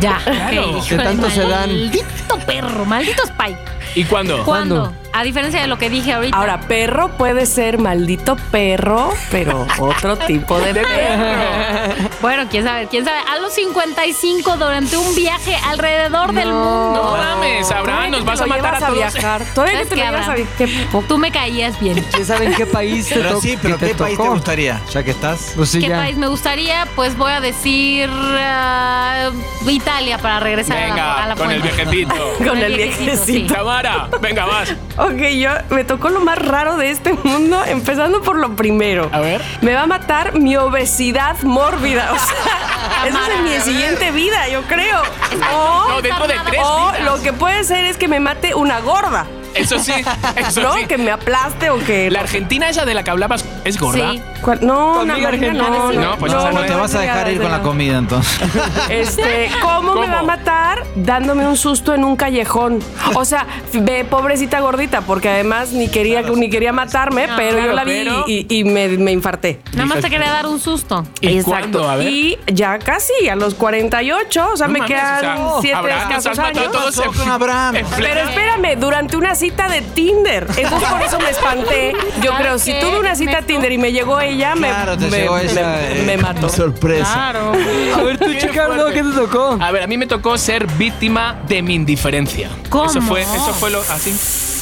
Ya,
Claro.
ok, hijo
Que
de
tanto se dan.
Maldito perro, maldito Spike.
¿Y cuándo?
¿Cuándo? A diferencia de lo que dije ahorita.
Ahora, perro puede ser maldito perro, pero otro tipo de perro.
Bueno, quién sabe, quién sabe. A los 55 durante un viaje alrededor del mundo.
No mames, Abraham,
Todavía
nos
que
vas
te
a
lo
matar a
llevas
todos.
viajar. Todavía que
¿Sabes
te lo
qué,
llevas a
Abraham?
viajar. Qué
Tú me caías bien.
¿Quién sabe en qué país te
Pero
to-
sí, pero
que
¿qué país te
tocó?
gustaría? Ya que estás.
Pues sí,
¿Qué
ya.
país me gustaría? Pues voy a decir ah, Italia para regresar a la, a
Venga,
la
con el
fuente.
viejecito.
Con el viejecito.
Tamara, venga, vas.
Ok, yo me tocó lo más raro de este mundo, empezando por lo primero.
A ver.
Me va a matar mi obesidad mórbida. O sea, eso es en mi siguiente vida, yo creo.
No,
O,
dentro de tres
o
vidas.
Oh, lo que puede ser es que me mate una gorda,
Eso sí, eso
¿no?
sí.
Que me aplaste o que.
La argentina esa de la que hablabas es gorda.
Sí.
¿Cuál? No,
Tu
una
amiga
marina,
argentina.
no,
No, pues
No,
esa
no te vas a dejar ir con la comida
comida.
entonces.
Este, ¿cómo,
¿Cómo?
me va a matar dándome un susto en un callejón? O sea, ve pobrecita gordita, porque además ni quería, ni quería matarme,
No,
pero
claro,
yo la vi
pero-
y, y me, me infarté.
Nada más te quería dar un susto.
¿Y cuándo? A ver.
Y ya casi, a los 48, o sea,
No
me
mames,
quedan
o sea,
7
habrá que has matado
años.
a todos
Pasó
en-
con Abraham.
en plena-
Pero espérame, durante una cita de Tinder. Entonces por eso me espanté. Yo
¿Sabes
creo, si
qué,
tuve una cita
Ernesto?
Tinder y me llegó ella, me,
claro, te
me-
llegó
me-
esa
me,
eh,
mató.
sorpresa.
Claro.
A ver, tú,
Qué
chica,
fuerte.
no, ¿qué te tocó?
A ver, a mí me tocó ser víctima de mi indiferencia.
¿Cómo?
Eso fue, eso fue lo así.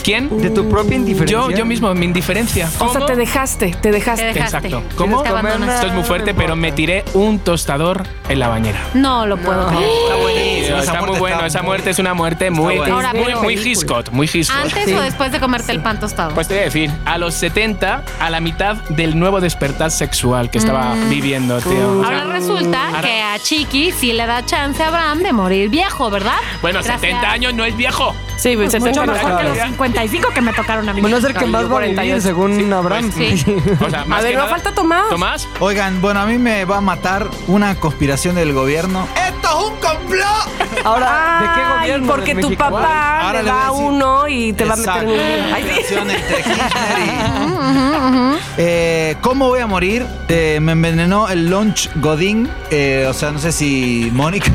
¿Quién?
De tu propia indiferencia.
Yo, yo mismo, mi indiferencia.
O sea,
¿Cómo?
te dejaste, te
Te
Eh,
dejaste.
dejaste.
Exacto. ¿Cómo?
Te abandonaste.
Esto es muy fuerte, pero me tiré un tostador en la bañera.
No lo puedo creer.
Está buenísimo.
Esa
Está
muerte
muy
está
bueno. Esa
muy-
muerte es una muerte muy,
buena.
Ahora,
muy,
pero-
muy Hitchcock, muy Hitchcock.
¿Antes o después de comerte el pan tostado?
Pues te voy a decir, a los 70, a la mitad del nuevo despertar sexual que estaba viviendo, tío. O sea,
Mm. Ahora resulta
ahora-
que a Chiqui sí le da chance a Abraham de morir viejo, ¿verdad?
bueno,
Gracias.
70 años no es viejo.
Sí, pues, se
Mucho
te-
mejor que
claro.
los 55 que me tocaron a mí.
Bueno, es el que más va a vivir,
48.
según Abraham.
Sí.
O sea, más
A ver,
que
no
nada-
falta Tomás.
Tomás.
Oigan, bueno, a mí me va a matar una conspiración del gobierno. ¡Esto es un complot!
Ahora, ¿de qué
Ay,
gobierno?
Porque
¿Del
tu
mexicano?
papá
Ahora
le
le voy
da
a
a
decir-
uno y te va a
Exacto.
meter en un... Ay, sí.
Conspiración entre Hitler y- Eh, ¿Cómo voy a morir? Eh, me envenenó el lunch Godín. eh, o sea, no sé si Mónica.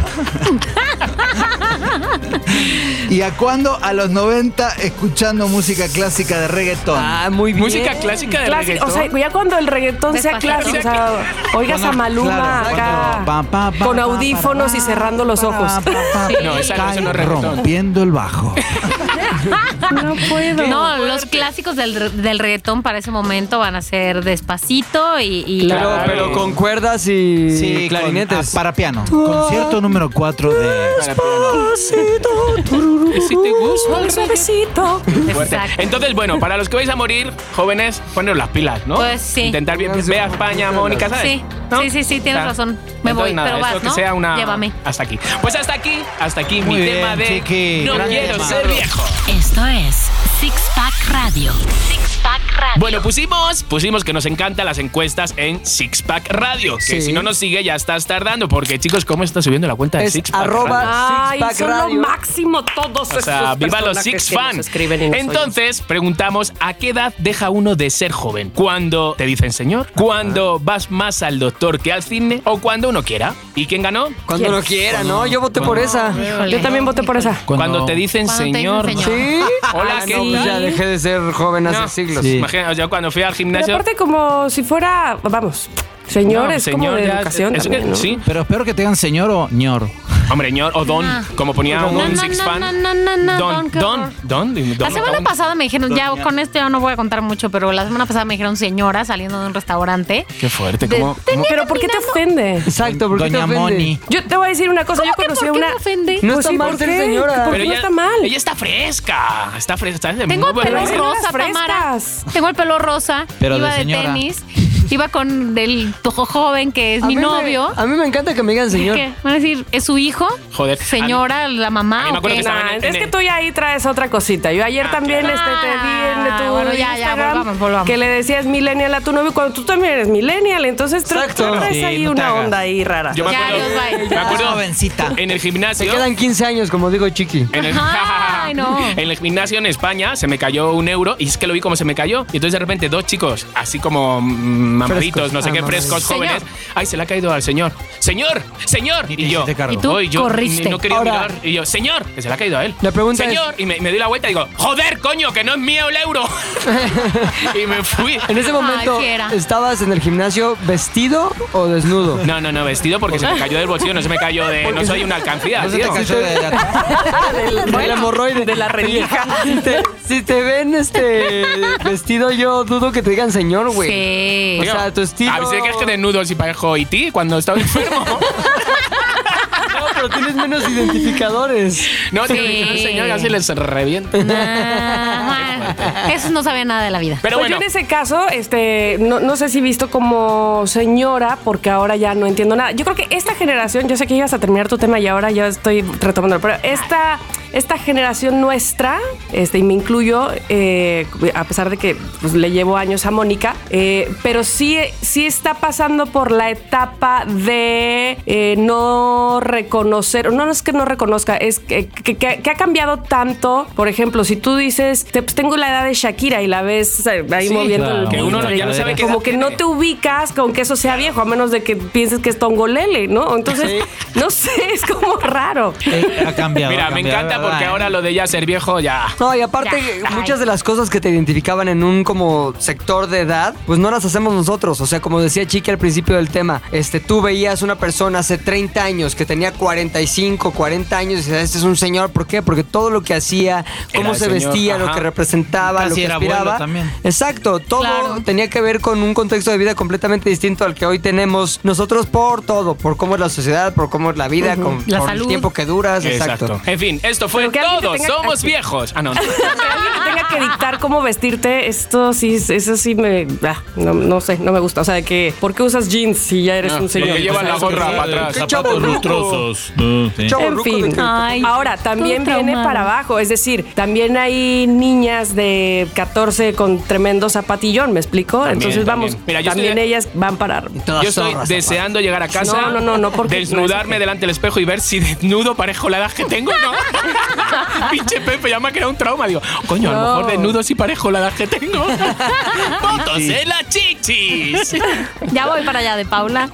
¿Y a cuándo? A los 90 escuchando música clásica de reggaetón.
Ah, muy bien.
Música clásica de
Clasi-
reggaetón.
O sea, ya cuando el reggaetón sea
Despacito.
clásico, o sea, oigas
Cuando-
a Maluma
claro,
acá,
cuando- pa, pa, pa,
con
pa,
audífonos
pa,
y cerrando los
pa,
ojos.
pa, pa,
Sí.
No, esa no, eso no es reggaetón.
Rompiendo el bajo.
No puedo.
No, los clásicos del, re- del reggaetón para ese momento van a ser despacito y. y-
Pero, pero con cuerdas y
Sí,
clarinetes.
con- ah, para piano. Concierto número 4 de.
¿Y
uh-huh.
si te gusta? el reggaetón?
suavecito.
Fuerte.
Exacto.
Entonces, bueno, para los que vais a morir, jóvenes, poneros las pilas, ¿no?
Pues sí.
Intentar bien.
Pónganse
Ve a
un
España,
poquito
Mónica, ¿sabes?
Sí, sí, sí, sí, tienes
Claro.
razón. Me
Entonces,
voy,
nada,
pero vas,
esto que
¿no?
sea una-
Llévame.
Hasta aquí. Pues hasta aquí, hasta aquí
Muy
mi
bien,
tema de
chiqui,
No
gran
quiero
tema.
ser viejo.
Esto es Six Pack Radio. Six Pack Radio.
Bueno, pusimos, pusimos que nos encantan las encuestas en Sixpack Radio. Que
Sí.
si no nos sigue ya estás tardando, porque chicos, ¿cómo está subiendo la cuenta de
Es
Sixpack? Radio?
arroba
Ay,
Sixpack
son lo
Radio.
máximo todos
O sea,
esos
viva los
personajes
Six
que nos
Fan.
escriben y nos oyen.
Entonces, preguntamos a qué edad deja uno de ser joven. ¿Cuándo te dicen señor? ¿Cuándo vas más al doctor que al cine? ¿O cuando uno quiera? ¿Y quién ganó?
Cuando lo quiera, ¿no? Yo voté por
Cuando-
esa.
Híjole.
Yo también voté por esa.
Cuando, te dicen
Cuando te dicen
señor.
señor.
¿Sí?
Hola,
Ah,
¿qué
no,
pues,
tal?
Ya dejé de ser joven hace
No.
siglos.
Sí. Imagina, yo cuando fui al
Pero
gimnasio.
aparte como si fuera, vamos,
No,
señores, como de
ya-
educación
es que-
también, ¿no?
Sí,
Pero espero que tengan señor o ñor.
hombre, señor o don,
Ah.
como ponía
No,
un
no,
six
no,
fan.
no, no, no, no,
don,
don, qué
don,
horror.
don, don,
La semana
don.
pasada me dijeron, ya con esto ya no voy a contar mucho, pero la semana pasada me dijeron señora saliendo de un restaurante.
Qué fuerte,
De-
¿cómo?
tenía
Pero ¿por qué te
caminando-
ofende?
Exacto, porque
Doña
te ofende?
Moni.
Yo te voy a decir una cosa, yo
¿Cómo que
conocí
por
a
qué
una...
me ofende?
No
Pues
está
sí,
mal
¿por
ser
qué?
señora.
¿Por qué? no está mal.
Ella está fresca. Está fresca. está de
Tengo
muy
el
buen
pelo
rollo.
Pero es
rosa,
frescas.
Tamara. Tengo el pelo rosa,
Pero
iba
de
de,
señora.
tenis. afectiva con el tojo joven que es mi novio.
a mí me encanta que me digan señor.
¿Qué? Van a decir, ¿es su hijo?
Joder, a
Señora, la
a
mamá.
mí me
o
acuerdo
qué?
que estaba-
Nah,
en- en-
es que tú ya ahí traes otra cosita. Yo ayer
Ah,
también
claro.
este, te vi en tu
Ah, bueno, ya, ya,
Instagram
volvamos, volvamos.
que le decías millennial a tu novio cuando tú también eres millennial. Entonces tú,
Exacto.
tú traes
Sí,
ahí
no te
una
hagas.
onda ahí rara.
Yo me
Ya,
acuerdo,
Dios, bye.
me acuerdo
Jovencita.
en el
Se
gimnasio.
quedan 15 años, como digo Chiqui.
En el,
Ay, no.
en el gimnasio en España se me cayó un euro y es que lo vi como se me cayó. Y entonces de repente dos chicos, así como mm, mamaditos,
Frescos.
no sé
Ah,
qué,
mamaditos.
frescos,
Señor.
jóvenes. Ay, se le ha caído al señor. ¡Señor! ¡Señor!
Y te
Y yo,
hiciste cargo.
Y tú
"Ay, yo
corriste.
no quería
Ahora-
mirar. Y yo, ¡señor! Que se le ha caído a él.
La pregunta es-
¡Señor! Y me, me doy la vuelta y digo, ¡joder, coño, que no es mío el euro! y me fui.
En ese momento,
Ay, fiera.
¿estabas en el gimnasio vestido o desnudo?
No, no, no, vestido porque se me cayó del bolsillo, no se me cayó de. No soy una alcancía,
No se te
tío.
cayó de de atrás.
Del, del hemorroide. De la rendija. Si te, si te ven este vestido, yo dudo que te digan señor, güey.
Sí.
O sea, tu estilo-
A veces que es que desnudos y parejo y ti cuando estaba enfermo.
No, pero tienes menos identificadores.
No, te
Sí.
lo dijeron, señor, así les reviento.
Nah, nah. Esos no saben nada de la vida.
Pero
Pues
bueno.
yo en ese caso, este, no, no sé si visto como señora, porque ahora ya no entiendo nada. Yo creo que esta generación, yo sé que ibas a terminar tu tema y ahora yo estoy retomándolo, pero esta, esta generación nuestra, este, y me incluyo, eh, a pesar de que pues, le llevo años a Mónica, eh, pero sí, sí está pasando por la etapa de eh, no reconocer, no, no es que no reconozca, es que, que- que- que ha cambiado tanto. Por ejemplo, si tú dices, te- pues, tengo la edad de Shakira y la ves eh, ahí
Sí,
moviendo
claro.
el-
Que uno
el-
ya no sabe qué
como
edad
que no
tiene.
te ubicas con que eso sea viejo, a menos de que pienses que es Tongolele, ¿no? Entonces, no sé, es como raro.
Eh, Ha cambiado.
Mira,
ha
me
cambiado,
encanta
¿verdad?
porque ahora lo de ya ser viejo ya.
No, y aparte,
Ya, ay.
muchas de las cosas que te identificaban en un como sector de edad, pues no las hacemos nosotros. O sea, como decía Chiqui al principio del tema, este, tú veías una persona hace 30 años que tenía 45, 40 años y decías, este es un señor. ¿Por qué? Porque todo lo que hacía, cómo
el
se
señor,
vestía, lo
ajá.
que representaba,
Casi
lo que
era abuelo
aspiraba.
también.
Exacto, todo
Claro.
tenía que ver con un contexto de vida completamente distinto al que hoy tenemos nosotros por todo, por cómo es la sociedad, por cómo es la vida, con,
La
por
salud.
el tiempo que duras. exacto.
En fin, esto fue
Pero que alguien te
todo.
tenga-
Somos
Ay.
viejos. Ah, no. no.
Que alguien te tenga que dictar cómo vestirte, esto sí, eso sí me. ah, no, no sé, no me gusta. O sea, de que, ¿por qué usas jeans si ya eres un señor?
porque llevan la
O sea,
gorra
sí.
para atrás.
chavo
Zapatos
ruco.
lustrosos. Sí.
Chavo
En
ruco de
fin,
que-
Ay,
ahora
estoy
también viene
traumada.
para abajo, es decir, también hay niñas de 14 con tremendo zapatillón, ¿me explico?
También,
Entonces vamos,
también. Mira, yo
también
estoy-
ellas van para
Todas
Yo estoy
zorras,
deseando llegar a casa.
No, no, no, no, porque-
Desnudarme delante del espejo y ver si desnudo parejo la edad que tengo, ¿no? Pinche Pepe, ya me ha creado un trauma. Digo, coño, a lo
No.
mejor desnudo sí parejo la edad que tengo. ¡Fotos en las chichis!
Ya voy para allá de Paula.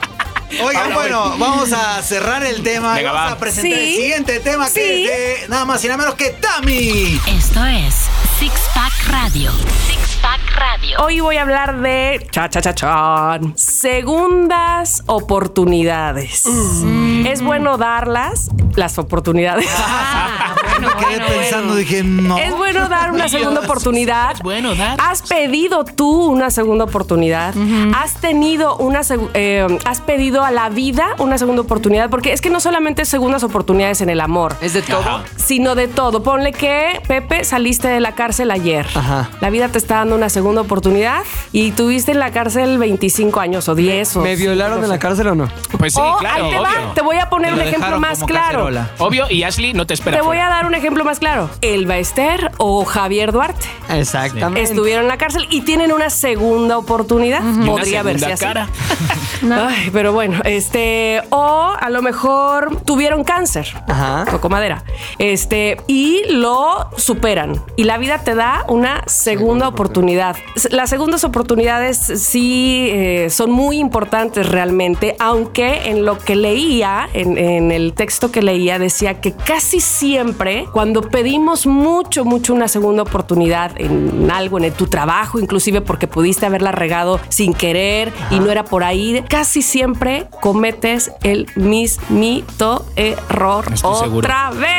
Oigan, bueno, vamos a cerrar el tema.
Venga,
vamos
va.
a presentar
Sí.
el siguiente tema que
Sí.
es de nada más y nada menos que Tami.
Esto es Six Pack Radio. Six Pack Radio.
Hoy voy a hablar de cha cha cha chan. Segundas oportunidades.
Mm.
Es bueno darlas las oportunidades.
Ah,
Ah,
Me quedé pensando, dije, no.
Es bueno dar una segunda oportunidad. Ah,
Es bueno dar.
Has pedido tú una segunda oportunidad. Has tenido una segu- eh, has pedido a la vida una segunda oportunidad porque es que no solamente segundas oportunidades en el amor,
¿Es de todo?
Ajá.
sino de todo. Ponle que Pepe saliste de la cárcel ayer.
Ajá.
La vida te está dando una segunda oportunidad y tuviste en la cárcel 25 años o 10 o
¿Me violaron en la cárcel o no?
Pues sí,
O,
claro,
Oh, ahí te va,
obvio.
te voy a poner
Lo
un ejemplo
dejaron
más
como
claro.
cacerola.
Obvio, y Ashley no te espera.
Te voy
fuera.
a dar un ejemplo más claro. Elba Ester o Javier Duarte
Exactamente.
estuvieron en la cárcel y tienen una segunda oportunidad.
Y una
Podría
segunda
verse así.
cara.
Ay, pero bueno, este, o a lo mejor tuvieron cáncer,
Ajá.
tocó madera, este, y lo superan. Y la vida te da una segunda oportunidad. S- Las segundas oportunidades sí eh, son muy importantes realmente, aunque en lo que leía, en, en el texto que leía, decía que casi siempre cuando pedimos mucho, mucho una segunda oportunidad en algo, en tu trabajo, inclusive porque pudiste haberla regado sin querer y no era por ahí, casi siempre cometes el mismito error
Estoy seguro.
otra vez.
seguro,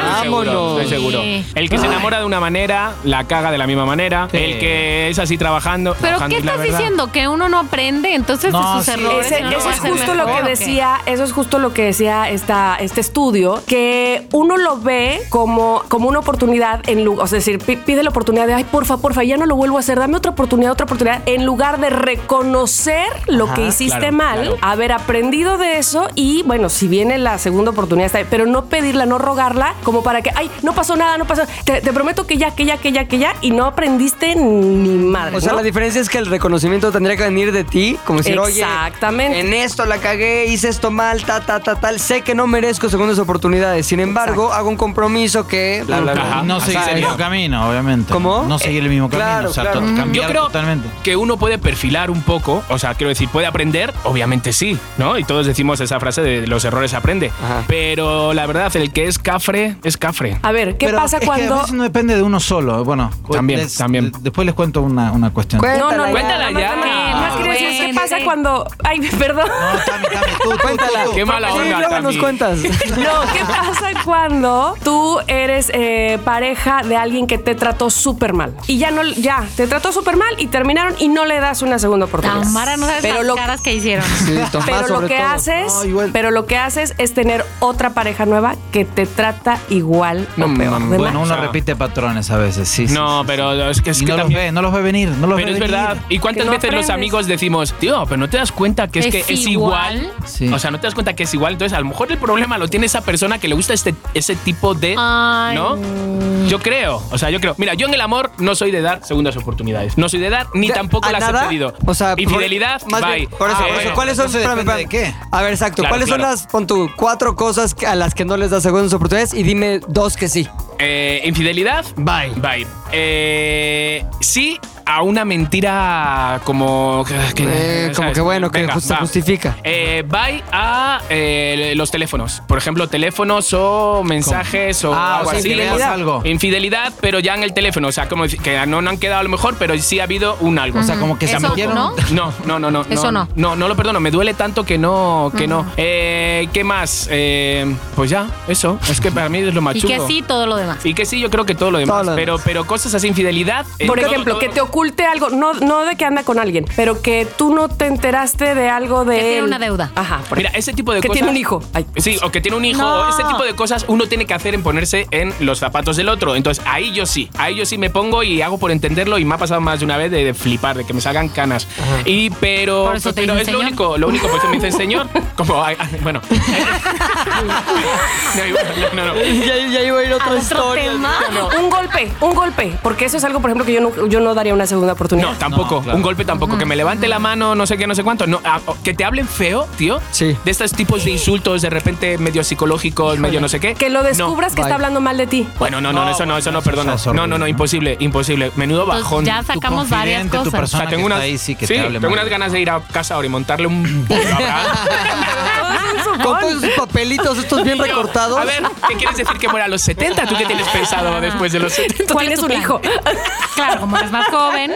Ah,
Vámonos.
estoy seguro.
Sí.
El que se enamora de una manera, la caga de la misma manera.
Sí.
El que es así trabajando.
¿Pero
trabajando,
qué
y la
estás
verdad-
diciendo? ¿Que uno no aprende entonces
No,
de sus
sí.
errores?
Ese-
y no lo
eso
va a
es
hacer
justo
mejor,
lo
o
que
qué?
decía, eso es justo lo que decía esta, este estudio, que uno lo ve como, como una oportunidad en lugar, o sea, es decir, pi- pide la oportunidad de, ay, porfa, porfa, ya no lo vuelvo a hacer, dame otra oportunidad, otra oportunidad, en lugar de reconocer lo
Ajá,
que hiciste
claro,
mal,
claro.
haber aprendido de eso y, bueno, si viene la segunda oportunidad, está bien, pero no pedirla, no rogarla, como para que, ay, no pasó nada, no pasó, te, te prometo que ya, que ya, que ya, que ya, y no aprendiste ni madre.
O sea,
¿no?
la diferencia es que el reconocimiento tendría que venir de ti, como decir, oye,
Exactamente.
en esto la cagué, hice esto mal, ta, ta, ta, tal, sé que no merezco segundas oportunidades, sin embargo, hago un compromiso que... bla, bla, bla.
Ajá.
no
o
seguir
sea,
el mismo
yo-
camino, obviamente.
¿Cómo?
No seguir el mismo
Eh,
camino.
claro,
O sea,
claro.
to-
Mm.
Yo
cambiar
creo
totalmente.
que uno puede perfilar un poco, o sea, quiero decir, puede aprender, obviamente sí, ¿no? Y todos decimos esa frase de los errores aprende.
Ajá.
Pero la verdad, el que es cafre, es cafre.
A ver, ¿qué
Pero
pasa
es que a
cuando...
veces no depende de uno solo. Bueno,
También, también.
Después les cuento una, una cuestión.
Cuéntala
no, no,
Cuéntala ya.
No, más quería decir, ¿qué
Cuéntala.
pasa cuando... Ay, perdón.
No, Tami, Tami, tú, tú, tú,
Cuéntala.
tú.
Qué mala
Sí,
onda.
luego nos
Tami.
cuentas.
No, ¿qué pasa cuando tú eres eh, pareja de alguien que te trató súper mal? Y ya no, ya, te trató súper mal y terminaron y no le das una segunda oportunidad.
Tamara no sabes
pero
las
lo,
caras que hicieron.
Sí, Tomás,
pero lo
sobre
que
todo.
haces,
No, igual.
pero lo que haces es tener otra pareja nueva que te trata igual o
No,
peor.
mam,
¿verdad?
Bueno, uno
O sea,
repite patrones a veces, sí. sí,
No,
sí,
pero
sí.
es que es
Y
que
no los
también-
ve, no los ve venir, no los
Pero
ve
es
venir.
verdad. ¿Y cuántas
no
veces los
aprendes.
amigos decimos, tío, pero no te das cuenta que es, que es igual?
Sí.
O sea, no te das cuenta que es igual. Entonces, a lo mejor el problema lo tiene esa persona que le gusta este, ese tipo de.
Ay,
¿No? Yo creo. O sea, yo creo. Mira, yo en el amor no soy de dar segundas oportunidades. No soy de dar ni
¿De-
tampoco
a
las
nada?
he pedido.
O sea, por-
Infidelidad,
más
bye.
bien, por eso,
Ah,
por eso,
bueno.
¿cuáles son?
Eso
espérame,
depende
espérame.
de qué.
A ver, exacto.
Claro,
¿Cuáles son
claro.
las, pon tú, cuatro cosas que- a las que no les das segundas oportunidades y dime dos que sí?
Eh, infidelidad, bye. Bye. Eh, sí a una mentira como. Que,
Eh, como que bueno, que
Venga,
just- se
va.
justifica.
Eh, bye a eh, los teléfonos. Por ejemplo, teléfonos o mensajes o
Ah,
algo
o sea,
así.
infidelidad. Algo.
Infidelidad, pero ya en el teléfono. O sea, como decir, que no, no han quedado a lo mejor, pero sí ha habido un algo.
O sea, como que se
Eso,
metieron.
¿no?
No, no, no, no.
Eso no.
No, no lo perdono. Me duele tanto que no, que no. Eh, ¿Qué más? Eh, pues ya, eso. Es que para mí es lo más
Y
Ah, chulo.
que sí, todo lo demás.
Y que sí, yo creo que todo lo demás.
Todo lo
pero,
demás.
pero cosas así, infidelidad. eh,
Por
todo,
ejemplo,
todo.
que te oculte algo, no, no de que anda con alguien, pero que tú no te enteraste de algo de
Que tiene
él.
una deuda.
Ajá. por
Mira,
ejemplo.
ese tipo de
que
cosas.
tiene un hijo. Ay.
Sí, o que tiene un hijo.
No.
o Ese tipo de cosas uno tiene que hacer en ponerse en los zapatos del otro. Entonces, ahí yo sí. Ahí yo sí me pongo y hago por entenderlo. Y me ha pasado más de una vez de, de flipar, de que me salgan canas. Y pero.
Por eso te
pero
dicen
es lo
señor.
único, lo único, por eso me dicen señor. Como, ay, ay, bueno. No, y bueno, no, no.
ya, ya iba a ir
¿A otro tema?
Un golpe, un golpe. Porque eso es algo, por ejemplo, que yo no, yo no daría una segunda oportunidad.
No, tampoco.
No, claro.
Un golpe tampoco.
Mm.
Que me levante la mano, no sé qué, no sé cuánto. No, ah, oh, que te hablen feo, tío.
Sí.
De estos tipos de insultos, de repente medio psicológicos, medio no sé qué.
que lo
No.
descubras que
bye.
está hablando mal de ti.
Bueno, no, no,
No,
eso no,
bueno,
eso no,
eso ya
perdona.
es
No, no,
horrible,
no,
¿no?
imposible, imposible. Menudo
Entonces,
bajón.
Pues ya
O
sacamos
Tu
varias
confidente, tu
cosas.
persona-
sea, tengo
que
unas,
está ahí, sí, que
sí,
te hable
tengo
mal.
unas ganas de ir a casa ahora y montarle un pollo
Con todos esos papelitos, estos bien recortados.
A ver, ¿qué quieres decir que muera a los 70? ¿Tú qué tienes pensado después de los 70?
Tú
tienes
tienes
tu
un
plan.
hijo.
Claro, como eres más joven.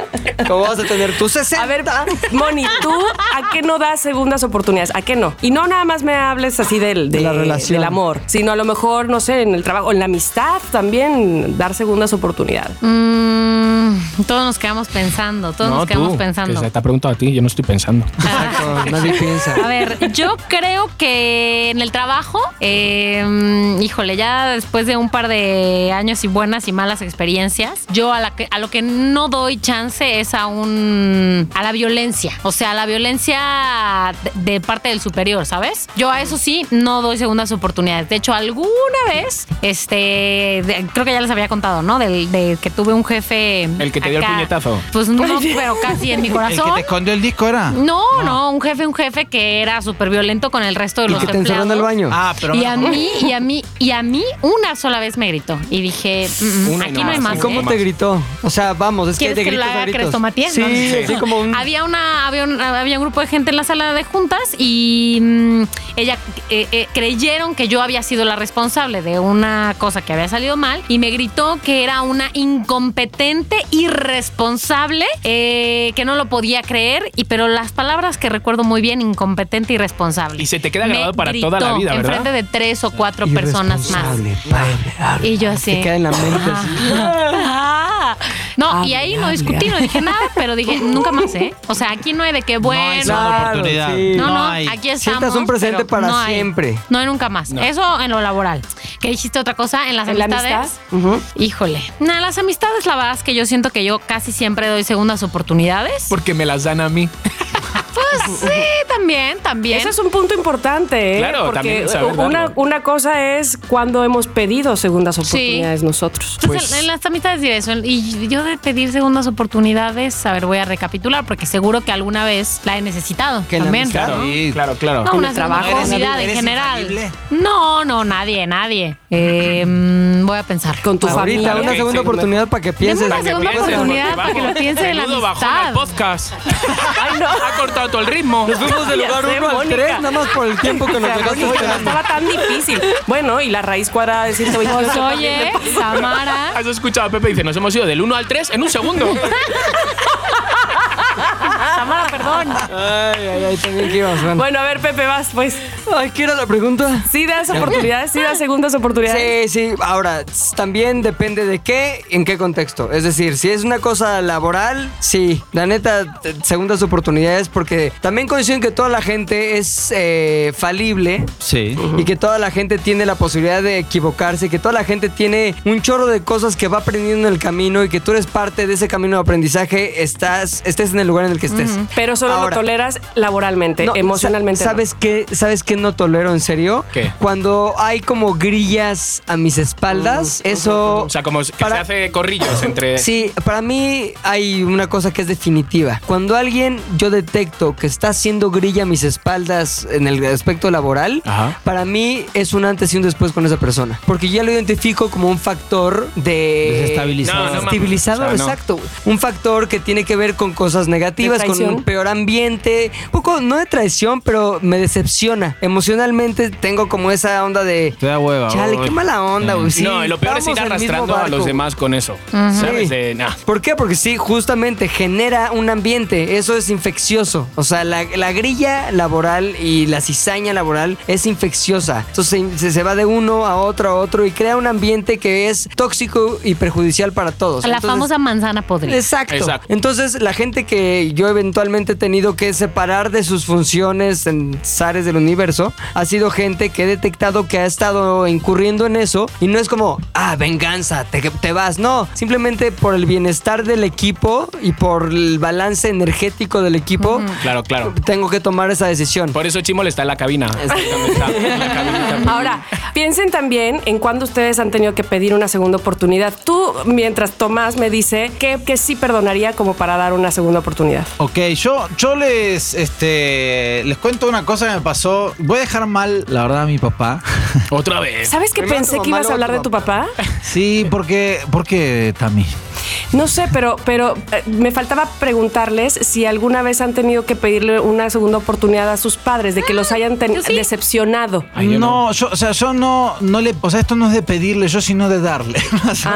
¿Cómo vas a tener tus 60?
A ver, Moni, ¿tú a qué no das segundas oportunidades? ¿A qué no? Y no nada más me hables así del,
De la
de-
relación.
del amor, sino a lo mejor, no sé, en el trabajo, en la amistad también dar segundas oportunidades.
Mm, todos nos quedamos pensando, todos nos quedamos pensando.
te ha preguntado a ti, yo no estoy pensando.
Exacto, nadie piensa.
A ver, yo creo que en el trabajo, eh, mm, híjole, ya después de un par de años y buenas y malas experiencias, yo a, la que- a lo que no doy chance es a un a la violencia, o sea, a la violencia de, de parte del superior, ¿sabes? Yo a eso sí no doy segundas oportunidades. De hecho, alguna vez, este, de- creo que ya les había contado, ¿no? Del de que tuve un jefe.
El que te dio el puñetazo.
Pues no, pero casi en mi
El que
corazón.
te escondió el disco era.
No, no, un jefe, un jefe que era súper violento con el resto de
Y
los
que te
empleados.
encerraron al baño.
Ah, pero
Y a mí, y a mí, y a mí una sola vez me gritó. Y dije, "Mm, mm,
Una y
aquí
no
no hay
más.
más.
¿Y Ah, cómo
¿eh?".
te gritó? O sea, vamos, es que
¿Quieres
de
que lo
gritos a
haga
gritos.
crestomatía?
Sí,
No, no
sí,
sé.
como un...
Había una, había un, había un grupo de gente en la sala de juntas y, mm, ella eh, eh, creyeron que yo había sido la responsable de una cosa que había salido mal y me gritó que era una incompetente, irresponsable, eh, que no lo podía creer, y pero las palabras que recuerdo muy bien, incompetente, irresponsable.
Y se te queda
Me
grabado para
gritó
toda la vida, ¿verdad?
Enfrente de tres o cuatro personas más. Eh,
Irresponsable, padre, habla.
Y yo así.
Te queda en la mente así.
Ah. No, y
Hable,
ahí no
hable,
discutí, no dije nada, pero dije nunca más, ¿eh? O sea, aquí no hay de qué
no hay
bueno.
segunda
Claro,
oportunidad.
sí.
No, no,
hay.
aquí estamos.
Sientas un presente
pero
para
no hay-
siempre.
No hay nunca más. Eso en lo laboral. ¿Qué hiciste otra cosa? En las
¿En la
amistades.
amistad? Ujú.
Híjole. Nah, las amistades, la verdad es que yo siento que yo casi siempre doy segundas oportunidades.
Porque me las dan a mí.
Pues sí, también, también.
Ese es un punto importante, ¿eh?
Claro,
porque
también saber
una,
darlo.
una cosa es cuando hemos pedido segundas oportunidades nosotros.
Entonces,
Pues,
en, en las amistades diré eso. Y yo de pedir segundas oportunidades, a ver, voy a recapitular, porque seguro que alguna vez la he necesitado.
Que en la
también.
amistad,
Claro,
Sí.
claro, claro.
No,
¿Con
una
el
segunda
trabajo?
oportunidad
¿Eres-
en
eres
general.
infalible?
No, no, nadie, nadie. Eh, mm, voy a pensar.
Con tu
Ahorita,
familia.
una
Ok,
segunda
segunda.
oportunidad para que
Deme
pienses.
una segunda
pienses, porque
oportunidad para
bajo-
que lo piense de la
menudo bajón al
amistad.
podcast.
Ah,
Ha cortado todo el ritmo.
Nos fuimos del
Ya
lugar
sé,
1 al
Mónica.
3, nada más por el tiempo que nos dejaste
Oye, no
esperando.
estaba tan difícil. Bueno, y la raíz cuadrada de 128.
Pues oye, Samara.
Has escuchado a Pepe dice, nos hemos ido del 1 al 3 en un segundo.
Samara, perdón.
Ay, ay, ay, también que ibas, Juan.
Bueno, a ver, Pepe, vas, pues.
Ay, ¿qué era la pregunta?
Sí das oportunidades, sí das segundas oportunidades.
Sí, sí. Ahora, s- también depende de qué, en qué contexto. Es decir, si es una cosa laboral, sí. La neta, t- segundas oportunidades, porque también coincido en que toda la gente es eh, falible
Sí.
y que toda la gente tiene la posibilidad de equivocarse, que toda la gente tiene un chorro de cosas que va aprendiendo en el camino y que tú eres parte de ese camino de aprendizaje, estás, estés en el lugar en el que estés.
Pero solo
Ahora-
lo toleras laboralmente,
No,
emocionalmente.
sa- ¿Sabes qué? ¿Sabes qué no tolero en serio?
¿Qué?
Cuando hay como grillas a mis espaldas, eso
O sea, como que
Para-
se hace corrillos entre...
Sí, para mí hay una cosa que es definitiva. Cuando alguien yo detecto que está haciendo grilla a mis espaldas en el aspecto laboral,
Ajá.
para mí es un antes y un después con esa persona. Porque ya lo identifico como un factor de...
Desestabilizador.
No, no mames.
Desestabilizador,
O sea, no.
exacto. Un factor que tiene que ver con cosas negativas,
¿De
con
traición?
un peor ambiente. Un poco, no de traición, pero me decepciona. Emocionalmente tengo como esa onda de...
Te da hueva. Mm.
Chale,
güey.
qué mala onda,
Sí.
güey. Sí,
no, y lo peor es ir
estamos en el mismo
arrastrando a los
barco.
demás con eso.
Sí.
¿Sabes? De, nah.
¿Por qué? Porque sí, justamente genera un ambiente, eso es infeccioso. O sea, la, la grilla laboral y la cizaña laboral es infecciosa. Entonces se, se va de uno a otro a otro y crea un ambiente que es tóxico y perjudicial para todos.
La
Entonces-
famosa manzana podrida.
Exacto.
Exacto.
Entonces, la gente que yo eventualmente he tenido que separar de sus funciones en zares del universo ha sido gente que he detectado que ha estado incurriendo en eso y no es como, ah, venganza, te, te vas. No, simplemente por el bienestar del equipo y por el balance energético del equipo,
Claro, claro. Pues,
tengo que tomar esa decisión.
Por eso Chimol está en la cabina. ¿Dónde está? En la cabinita.
Ahora, piensen también en cuándo ustedes han tenido que pedir una segunda oportunidad. Tú, mientras Tomás me dice que, que sí perdonaría como para dar una segunda oportunidad.
Ok, yo, yo les, este, les cuento una cosa que me pasó. Voy a dejar mal, la verdad, a mi papá.
Otra vez.
¿Sabes que
Primero
pensé
tu
que
mamá,
ibas a
luego
hablar
tu
de tu papá?
Sí, porque, porque Tami.
No sé, pero, pero eh, me faltaba preguntarles si alguna vez han tenido que pedirle una segunda oportunidad a sus padres, de que los hayan ten-
yo sí.
decepcionado.
Ay, yo
no, yo, o sea, yo no, no le, o sea, esto no es de pedirle yo, sino de darle. O sea,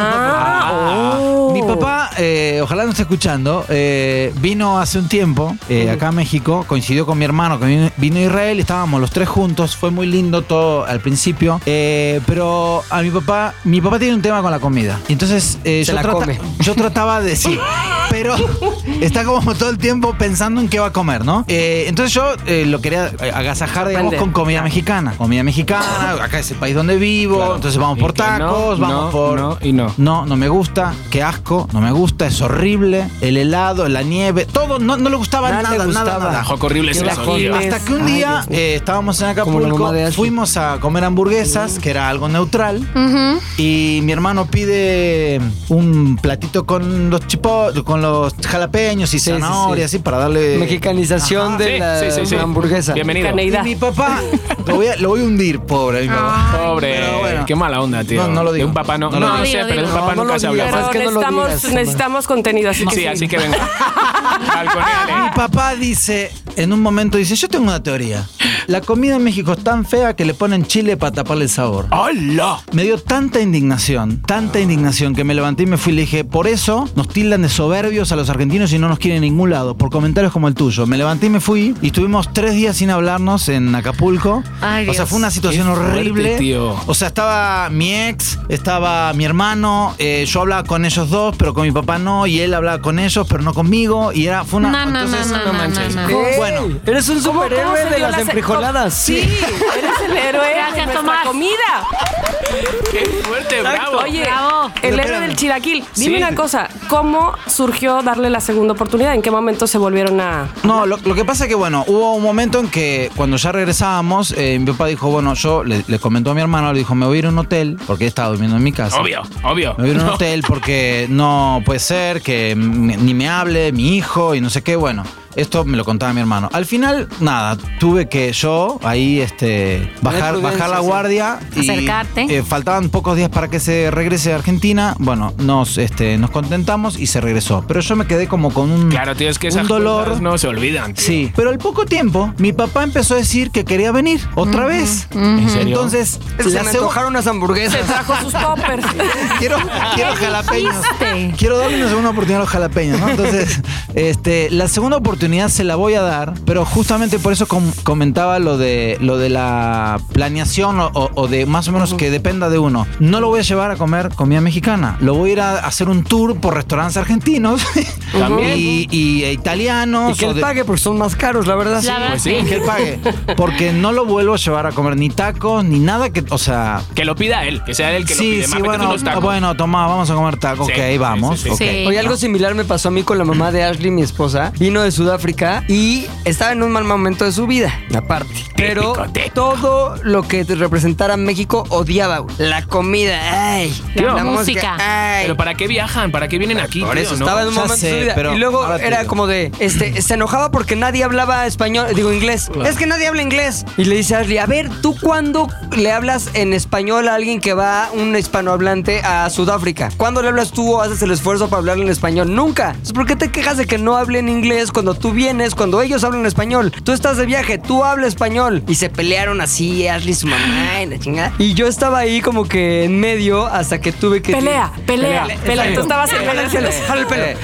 Ah, oh.
Mi papá, eh, ojalá no esté escuchando, eh, vino hace un tiempo eh, acá a México, coincidió con mi hermano que vino, vino a Israel, estábamos los tres juntos, fue muy lindo todo al principio, eh, pero a mi papá, mi papá tiene un tema con la comida, y entonces eh,
Se
yo,
la come.
yo trataba de sí, pero está como todo el tiempo pensando en qué va a comer, ¿no? Eh, entonces yo eh, lo quería eh, agasajar, digamos, con
Aprende.
comida mexicana, comida mexicana, acá es el país donde vivo,
Claro.
entonces vamos
Y
por
que no,
tacos, vamos
no,
por...
no y no.
No, no me gusta, qué asco, no me gusta, es horrible. El helado, la nieve, todo, no, no le gustaba
Nada
nada,
le
nada,
gustaba.
nada.
Joco horrible es
Qué
eso,
bajón.
tío.
Ay,
Hasta que un día
Dios mío.
eh, estábamos en
Como la mamá de
Acapulco,
Ashley.
fuimos a comer hamburguesas, que era algo neutral,
Ujú.
y mi hermano pide un platito con los chipo- con los jalapeños y
Sí, sí,
zanahorias,
sí.
así para darle...
Eh, Mexicanización
Ajá.
de
Sí,
la
sí, sí, sí.
hamburguesa.
Bienvenido.
Caneida.
Y mi papá, lo voy a, lo voy a hundir, pobre mi
Ah.
papá.
Pobre.
Pero bueno.
Qué mala onda, tío.
No, no lo
De
digo.
un papá no.
No
No,
lo
no,
digo.
sé,
No lo
pero de un
digo.
papá
No, no
nunca
lo
se
digas.
habla.
Sabes
Pero
que no lo
necesitamos,
digas, Omar.
necesitamos contenido, así que
Sí,
sí.
así que venga. balconeale.
Mi papá dice, en un momento dice, yo tengo una teoría. La comida en México es tan fea que le ponen chile para taparle el sabor.
¡Hola!
Me dio tanta indignación, tanta indignación que me levanté y me fui y le dije, por eso nos tildan de soberbios a los argentinos y no nos quieren en ningún lado, por comentarios como el tuyo. Me levanté y me fui y estuvimos tres días sin hablarnos en Acapulco.
Ay,
o sea,
Dios.
fue una situación
Qué fuerte,
horrible.
tío.
O sea, estaba mi ex, estaba mi hermano, eh, yo hablaba con ellos dos, pero con mi papá no, y él hablaba con ellos, pero no conmigo, y era, fue una...
No, no,
entonces-
no, no, no, no, no.
Ey,
Bueno.
eres un
¿Cómo- cómo
superhéroe
se
de
dio
las
la se-
enfrijoladas.
Sí, eres el héroe
Gracias,
de nuestra
Tomás.
comida.
¡Qué fuerte, bravo!
Oye,
Bravo.
el
Pero
héroe
espérame.
del chilaquil. Dime
Sí.
una cosa, ¿cómo surgió darle la segunda oportunidad? ¿En qué momento se volvieron a...?
No, lo, lo que pasa es que, bueno, hubo un momento en que cuando ya regresábamos, eh, mi papá dijo, bueno, yo le, le comentó a mi hermano, le dijo, me voy a ir a un hotel, porque él estaba durmiendo en mi casa.
obvio, obvio.
Me voy a ir a un
No.
hotel porque no puede ser que m- ni me hable mi hijo y no sé qué. Bueno, esto me lo contaba mi hermano. Al final, nada, tuve que yo ahí este, bajar,
prudencia,
bajar la
sí.
guardia. Y,
Acercarte.
eh, faltaban pocos días para que se regrese a Argentina. Bueno, nos, este, nos contentamos y se regresó. Pero yo me quedé como con un,
Claro, tío, es que esas
un dolor.
cosas no se olvidan. tío.
Sí, pero al poco tiempo mi papá empezó a decir que quería venir otra vez.
¿En serio?
Entonces,
Se
la
me
segu-
antojaron unas hamburguesas.
Trajo sus toppers.
quiero, quiero jalapeños.
dijiste?
Quiero darle una segunda oportunidad a los jalapeños, ¿no? Entonces, este, la segunda oportunidad se la voy a dar, pero justamente por eso com- comentaba lo de, lo de la planeación o, o- o de más o menos que dependa de uno. No lo voy a llevar a comer comida mexicana, lo voy a ir a hacer un tour por restaurantes argentinos
También.
y, y- e
Y
italianos.
que
o
él
de-
pague porque son más caros, la verdad.
La verdad,
pues sí.
que él pague. Porque no lo vuelvo a llevar a comer ni tacos, ni nada que. O sea.
Que lo pida él, que sea él que lo
Sí,
pide.
sí,
Más vete tú
bueno, ah,
los tacos.
bueno, Tomás, vamos a comer tacos,
Sí,
que ahí
sí,
vamos.
sí, sí.
ok.
Sí.
Oye, algo similar me pasó a mí con la mamá de Ashley, mi esposa. Vino de Sudáfrica y estaba en un mal momento de su vida, aparte. Pero
Típico, típico.
todo lo que representara México odiaba. güey. La comida, ay.
Tío.
la
Música.
ay.
Pero ¿para qué viajan? ¿Para qué vienen aquí?
Por
tío,
eso
no?
estaba en un
Ya
momento
sé,
de su vida.
pero
y luego
ahora te
era
digo.
como de, este, se enojaba porque nadie hablaba español, digo inglés. Es que nadie habla inglés. Y le dice a Ashley, a ver, ¿tú cuándo le hablas en español a alguien que va un hispanohablante a Sudáfrica? ¿Cuándo le hablas tú o haces el esfuerzo para hablarle en español? Nunca. Entonces, ¿por qué te quejas de que no hablen inglés cuando tú vienes, cuando ellos hablan español? Tú estás de viaje, tú hablas español. Y se pelearon así, Ashley y su mamá, y la chingada. Y yo estaba ahí como que en medio hasta que tuve que...
Pelea, pelea, pelea. Tú estabas en
Pelea,
medio
se
de
le
los-
sale el pelo. Eh,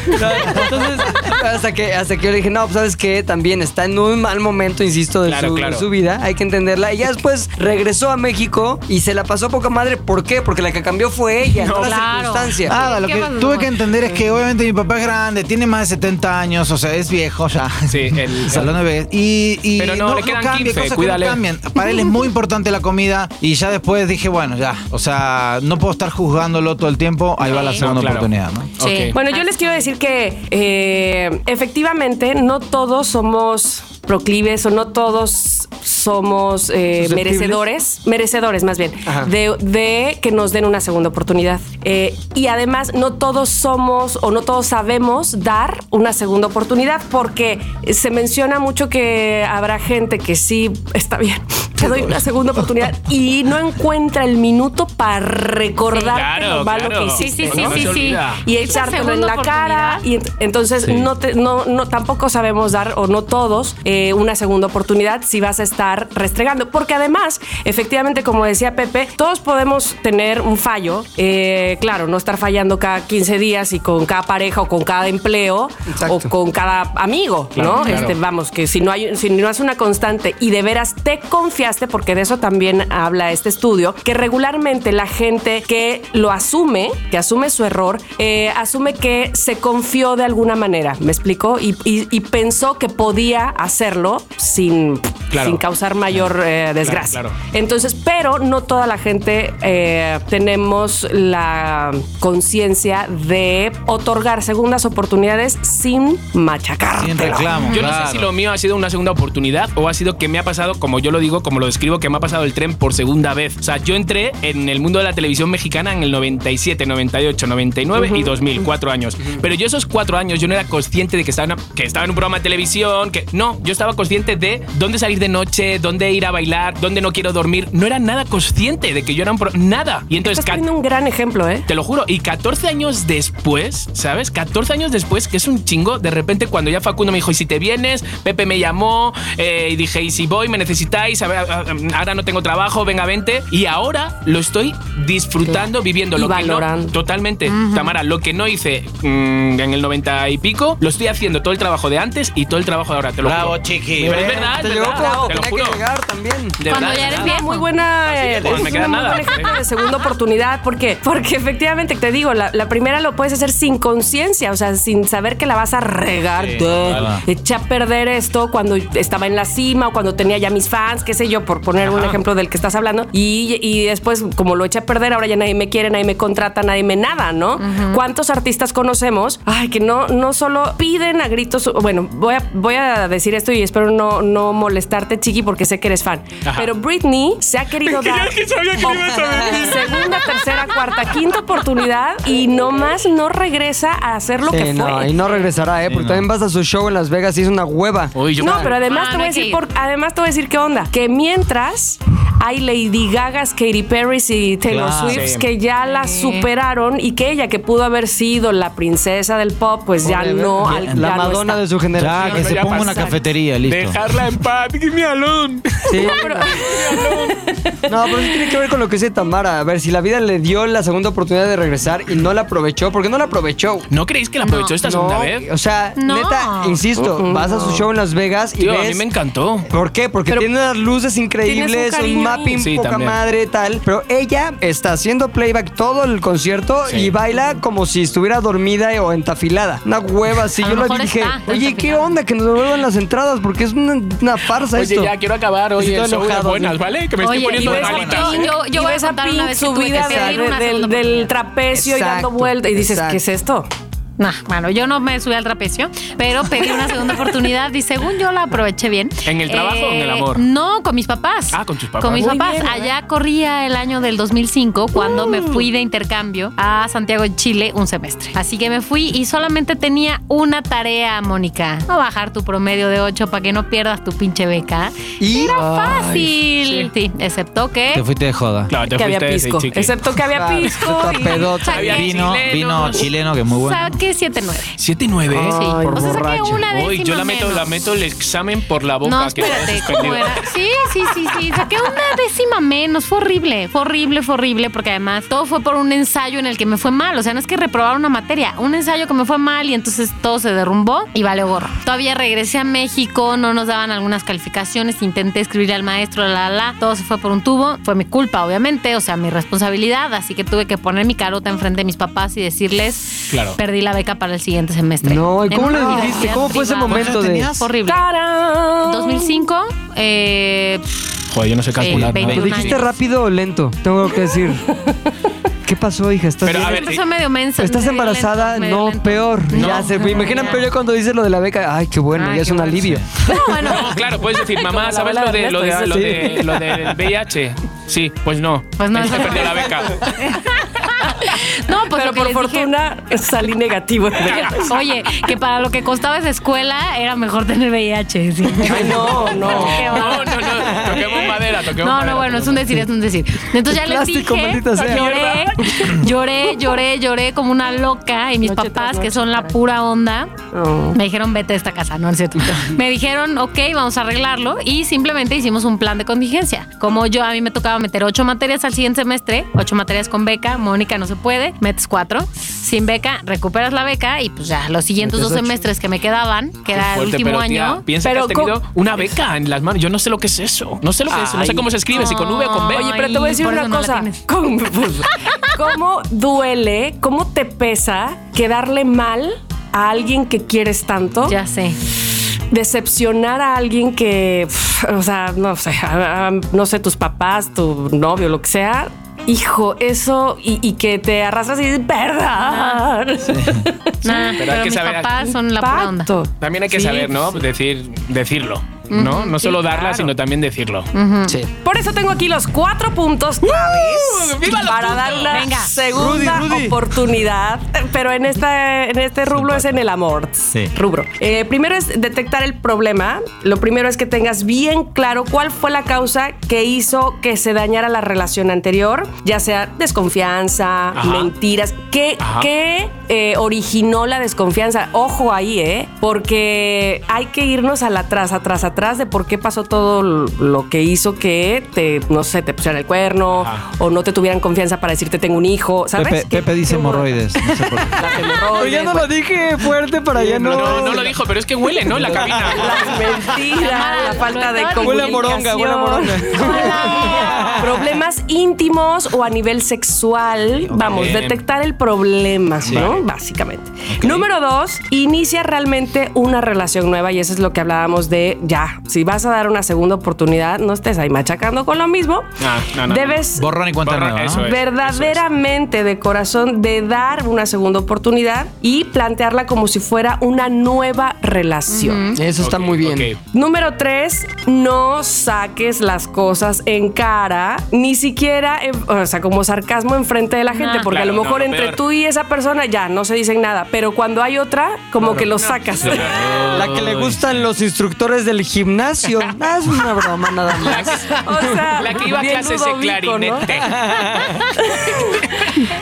Entonces, hasta que, hasta que yo le dije, no, pues, sabes que también está en un mal momento, insisto, de,
Claro,
su,
claro.
de su vida, hay que entenderla. Y ya después regresó a México y se la pasó poca madre. ¿Por qué? Porque la que cambió fue ella, no, la
Claro.
circunstancia.
Ah,
Nada, lo
¿Qué
que
más,
tuve
Tomás?
que entender es que obviamente mi papá es grande, tiene más de 70 años, o sea, es viejo ya.
Sí, el-
salón de vejez. Y, y
Pero no, le quedan 15,
cosas que no
cuídale.
cambian. Para él es muy importante la comida y ya después dije, bueno, ya, o sea, no puedo estar juzgándolo todo el tiempo, ahí va la
Sí.
segunda
No, claro.
oportunidad, ¿no?
Sí.
Ok.
Bueno, yo les quiero decir que eh, efectivamente no todos somos proclives o no todos somos eh,
¿Susceptibles?
merecedores, merecedores más bien,
Ajá.
de, de que nos den una segunda oportunidad. Eh, y además no todos somos o no todos sabemos dar una segunda oportunidad porque se menciona mucho que habrá gente que sí, está bien, te doy una segunda oportunidad y no encuentra el minuto para recordarte
Claro,
lo malo
claro.
que hiciste.
Sí, sí,
No
sí,
se
sí, sí.
olvida.
Y
Esa
echártelo en
segunda
la cara.
oportunidad.
Y ent- entonces no, te, no, no tampoco sabemos dar, o no todos, eh, una segunda oportunidad si vas a estar restregando. Porque además, efectivamente, como decía Pepe, todos podemos tener un fallo. eh, claro, no estar fallando cada 15 días y con cada pareja o con cada empleo
Exacto.
o con cada amigo,
Claro,
¿no?
claro.
Este, vamos, que si no, hay, si no es una constante y de veras te confiaste, porque de eso también habla este estudio, que regularmente la gente que lo asume, que asume su error, eh, asume que se confió de alguna manera, ¿me explico? Y, y- y pensó que podía hacerlo sin,
Claro.
sin causar mayor eh, desgracia.
claro.
Entonces, pero no toda la gente eh, tenemos la conciencia de otorgar segundas oportunidades sin machacar.
Sin reclamo.
Yo no
claro.
sé si lo mío ha sido una segunda oportunidad o ha sido que me ha pasado, como yo lo digo, como lo describo, que me ha pasado el tren por segunda vez. O sea, yo entré en el mundo de la televisión mexicana en el 97, 98, 99 y 2000, cuatro años. Pero yo esos cuatro años yo no era consciente de que estaba, en una- que estaba en un programa de televisión, que no, yo estaba consciente de dónde salir de noche, dónde ir a bailar, dónde no quiero dormir. No era nada consciente de que yo era un pro- nada. Y entonces
Estás
ca-
poniendo un gran ejemplo, ¿eh?
te lo juro. Y 14 años después, ¿sabes? 14 años después, que es un chingo, de repente cuando ya Facundo me dijo, ¿y si te vienes? Pepe me llamó eh, y dije, ¿y si voy? ¿Me necesitáis? A ver, a- a- ahora no tengo trabajo, venga, vente. Y ahora lo estoy disfrutando, viviendo.
Y
lo que no-
valorando.
totalmente, Tamara. Lo que no hice mm, en el 90 y pico, lo estoy haciendo todo el trabajo de antes y todo el trabajo de ahora. Te lo
Bravo,
juro.
chiqui.
Pero es verdad,
Te
es
llegó
verdad,
como
te lo
tenía
juro.
que llegar también.
De
Cuando
verdad,
ya
de
eres
verdad.
viejo.
muy buena
Así que,
eh,
pues,
es
me queda
un muy
nada.
buen ejemplo de segunda oportunidad porque porque efectivamente te digo la, la primera lo puedes hacer sin conciencia o sea sin saber que la vas a regar
Sí,
duh.
nada.
eché a perder esto cuando estaba en la cima o cuando tenía ya mis fans qué sé yo por poner un
Ajá.
ejemplo del que estás hablando y, y después como lo eché a perder ahora ya nadie me quiere nadie me contrata nadie me nada ¿no? ¿cuántos artistas conocemos? ay que no no solo piden a gritos bueno voy a, voy a decir esto y espero no, no molestarte Chiqui porque sé que eres fan
Ajá.
pero Britney se ha querido dar
sabía que ibas a
segunda, tercera, cuarta, quinta oportunidad y nomás no regresa a hacer lo
Sí,
que fue.
no,
No,
y no regresará, ¿eh? Porque
no.
también vas a su show en Las Vegas y es una hueva.
Uy, yo
pero además
Ah,
te
no
voy a
hay que
decir
ir.
por, además te voy a decir qué onda, que mientras hay Lady Gaga, Katy Perry y Taylor
Claro.
Swift
Sí.
que ya la superaron y que ella que pudo haber sido la princesa del pop, pues ya
Pobre,
no
la-
al
La Madonna de su
Ya,
generación.
que se
ya
ponga
pasó.
una cafetería, listo.
Dejarla en paz, give me alone.
Sí. No, pero sí tiene que ver con lo que dice Tamara. A ver, si la vida le dio la segunda oportunidad de regresar y no la aprovechó, porque no la aprovechó.
¿No creéis que la aprovechó esta segunda
No,
vez?
O sea,
No.
neta, insisto, vas a su show en Las Vegas y
Tío, a
ves
mí me encantó.
¿Por qué? Porque tiene unas luces increíbles,
Tienes un
un,
cariño
mapping
ahí. Sí,
poca
también.
madre, tal. Pero ella está haciendo playback todo el concierto
Sí.
y baila como si estuviera dormida o entafilada. Una hueva así.
A
Yo
lo
la vi
mejor
y dije,
está
oye, ¿qué
entafilada.
onda? Que nos devuelvan las entradas porque es una, una farsa
Oye,
esto.
ya quiero acabar hoy
Estoy
el show de
enojado,
buenas,
sí.
¿vale? Que me estoy
Oye,
poniendo
y
de
ves a
malita.
Pink, yo- yo
y
voy a
ves a
contar
Pink
una vez que tuve que
subida
pedir
de-
una segunda
del- del
oportunidad.
trapecio y
Exacto,
dando vueltas y dices, ¿qué es esto?
Nah, bueno, yo no me subí al trapecio, pero pedí una segunda oportunidad y según yo la aproveché bien. Eh,
¿En el trabajo o en el amor?
No, con mis papás.
Ah, con tus papás.
Con mis
Muy
papás.
bien, a ver.
Allá corría el año del 2005 cuando me
Uh.
fui de intercambio a Santiago de Chile un semestre. Así que me fui y solamente tenía una tarea, Mónica. No bajar tu promedio de 8 para que no pierdas tu pinche beca.
Y-
Era
Ah.
Ay,
fácil. sí. excepto que...
Te fuiste de joda.
Claro, te
que había
fuiste de
pisco.
chiqui.
Excepto que había
Ah,
pisco.
está
y-
pedota.
Había
Vino, vino
chilenos.
chileno, que es muy bueno.
Saqué 7-9.
7 y 9.
Sí.
Ay,
o sea, saqué
borracha.
una
Eh, Uy,
décima
yo la meto,
menos.
la meto el examen por la boca.
No,
que me había
espérate, ¿cómo
suspendido.
era? Sí, sí, sí, sí. Saqué una décima menos. Fue horrible, fue horrible, fue horrible, porque además todo fue por un ensayo en el que me fue mal. O sea, no es que reprobar una materia, un ensayo que me fue mal y entonces todo se derrumbó y vale gorro. Todavía regresé a México, no nos daban algunas calificaciones, intenté escribir al maestro, la, la, la. todo se fue por un tubo. Fue mi culpa, obviamente, o sea, mi responsabilidad. Así que tuve que poner mi carota enfrente de mis papás y decirles,
Claro.
perdí la beca para el siguiente semestre.
No, ¿y
En
cómo
una
le dijiste?
universidad
¿Cómo fue ese
privada.
momento de...?
tenías?
Horrible.
¡Tarán!
2005, eh, pff,
Joder, yo no sé calcular.
Sí,
nada.
21
¿Dijiste
años.
rápido o lento? Tengo que decir. ¿Qué pasó, hija? ¿Estás
Pero,
bien?
a ver,
empezó medio mensa.
¿Estás
medio
embarazada?
lento, medio
no,
lento.
peor.
No.
Ya se me imaginan
Ya.
peor ya cuando dices lo de la beca. Ay, qué bueno,
Ay,
ya es
qué
un
bueno.
alivio.
No, bueno.
No, claro, puedes decir, mamá,
Como la
¿sabes
abuela
lo de lo, de,
Ernesto,
lo,
dice,
de, lo del VIH? Sí, pues no.
Pues no,
Se
eso no.
perdió la beca.
No, pues
Pero
lo que
por
les dije-
fortuna salí negativo.
Oye, que para lo que costaba esa escuela era mejor tener VIH. sí.
Ay, no, no.
Qué
No, no,
va.
no. Toquemos madera, toquemos
No,
madera.
no, bueno, es un decir, es un decir. Entonces ya les
Plástico,
dije,
maldita sea.
lloré, lloré, lloré, lloré como una loca y mis
Noche tras
papás, que
noche,
son la
caray.
pura onda,
No.
Me dijeron, vete de esta casa, no es cierto. me dijeron, ok, vamos a arreglarlo y simplemente hicimos un plan de contingencia. Como yo, a mí me tocaba meter ocho materias al siguiente semestre, ocho materias con beca, Mónica no se puede, metes cuatro, sin beca, recuperas la beca y pues ya, los siguientes
Metes
dos
ocho.
semestres que me quedaban, que
Qué
era el
fuerte,
último
pero, tía,
año.
piensa
Pero
que has tenido
co-
una beca en las manos. Yo no sé lo que es eso. No sé lo que es. No sé
Ay.
cómo se escribe, si con V o con B.
Ay,
Oye, pero te voy a decir
por
una
eso no la
cosa.
tienes.
¿Cómo, pues, cómo duele, cómo te pesa quedarle mal a alguien que quieres tanto?
Ya sé.
Decepcionar a alguien que, pf, o sea, no sé, a- a- no sé, tus papás, tu novio, lo que sea. Hijo, eso y, y que te arrastras y dices, perdón.
Nah,
pero hay
pero
que
mis
saber-
papás son la pura onda.
Impacto.
También hay que
Sí,
saber, ¿no? Decir, decirlo. ¿no? No
sí,
solo darla,
claro.
sino también decirlo.
Sí.
Por eso tengo aquí los cuatro puntos claves
¡Uh! ¡Viva los
para
puntos!
dar la
Venga.
segunda
Rudy, Rudy.
oportunidad. Pero en esta, en este rubro es en el amor.
Sí.
Rubro. Eh, primero es detectar el problema. Lo primero es que tengas bien claro cuál fue la causa que hizo que se dañara la relación anterior, ya sea desconfianza,
Ajá.
mentiras. ¿Qué,
Ajá.
qué eh, originó la desconfianza? Ojo ahí, ¿eh? Porque hay que irnos a la atrás, atrás, atrás de por qué pasó todo lo que hizo que te, no sé, te pusieran el cuerno
Ajá.
o no te tuvieran confianza para decirte tengo un hijo, ¿sabes?
Pepe,
¿Qué-
Pepe dice
qué hubo?
hemorroides. No sé por qué.
Las
Pero
hemorroides,
ya no
bueno.
lo dije fuerte para ya no.
No, no, lo dijo, pero es que huele, ¿no? En La cabina.
Las mentiras, la falta de comunicación.
Huele a moronga, huele a moronga.
Problemas íntimos o a nivel sexual. Vamos,
Bien.
detectar el problema, ¿no?
Vale.
Básicamente. Número dos, inicia realmente una relación nueva y eso es lo que hablábamos de ya. Si vas a dar una segunda oportunidad, no estés ahí machacando con lo mismo.
Ah, no, no,
Debes
Borrón y cuenta
Borrón,
nueva. ¿no?
eso es.
verdaderamente de corazón de dar una segunda oportunidad y plantearla como si fuera una nueva relación.
Eso está
Ok,
muy bien.
ok.
Número tres, no saques las cosas en cara, ni siquiera, en- o sea, como sarcasmo enfrente de la gente,
No.
porque a lo
Claro,
mejor
no, lo
entre
peor.
tú y esa persona ya no se dicen nada, pero cuando hay otra, como que lo sacas.
La que le gustan los instructores del gimnasio. Ah, es una broma nada más.
o sea,
La que iba a
bien
clases de
Ludovico, ¿no?
clarinete.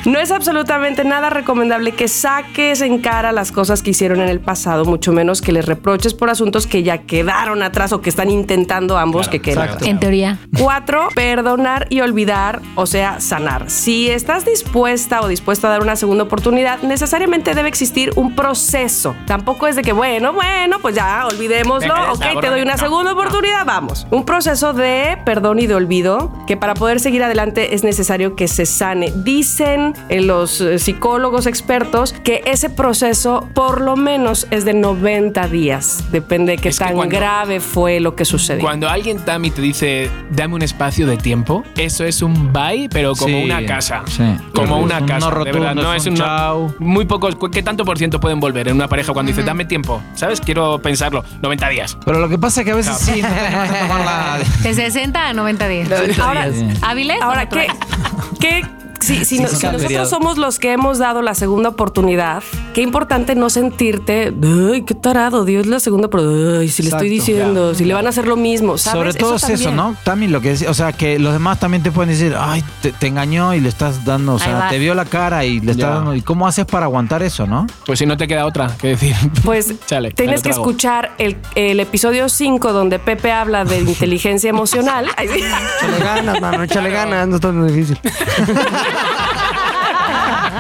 No es absolutamente nada recomendable que saques en cara las cosas que hicieron en el pasado, mucho menos que les reproches por asuntos que ya quedaron atrás o que están intentando ambos
Claro,
que queden
exacto.
atrás.
En teoría.
Cuatro, perdonar y olvidar, o sea, sanar. Si estás dispuesta o dispuesta a dar una segunda oportunidad, necesariamente debe existir un proceso. Tampoco es de que, bueno, bueno, pues ya, olvidémoslo,
Venga, ya,
ok, te
cabrón.
doy una
No,
segunda
no.
oportunidad, vamos. Un proceso de perdón y de olvido que para poder seguir adelante es necesario que se sane. Dicen eh, los eh, psicólogos expertos que ese proceso por lo menos es de 90 días, depende de qué
Es que
tan
cuando-
grave fue lo que sucedió.
Cuando alguien, Tami, te dice, dame un espacio de tiempo, eso es un bye, pero como
Sí,
una casa.
sí.
Como
Es
una
un
casa.
no
de
rotundo,
verdad. No,
es
es
un
un no-
chao.
Muy pocos. ¿Qué tanto por ciento pueden volver en una pareja cuando dice, dame tiempo? ¿Sabes? Quiero pensarlo. 90 días.
Pero lo que pasa es que a veces sí. no tenemos que tomar la-
De 60 a 90 días.
Ahora,
¿Hábiles? o
Ahora, ¿qué?
naturales?
¿qué si, si
Sí,
no-
sí,
si
sí. Caldereado.
nosotros somos los que hemos dado la segunda oportunidad, qué importante no sentirte, ay, qué tarado, Dios la segunda, pero ay, si le estoy
Exacto.
diciendo, si le van a hacer lo mismo, ¿sabes?
Sobre todo es eso,
también.
¿no? También lo que es, o sea, que los demás también te pueden decir, ay, te, te engañó y le estás dando, o
Ahí
sea,
va.
te vio la cara y le estás
Ya.
dando, ¿y cómo haces para aguantar eso, no?
Pues si no te queda otra que decir.
Pues
Chale, me
tienes
lo
que
trago.
escuchar el, el episodio 5 donde Pepe habla de inteligencia emocional. Ay, sí.
Échale ganas, mano, échale ganas. No es tan difícil.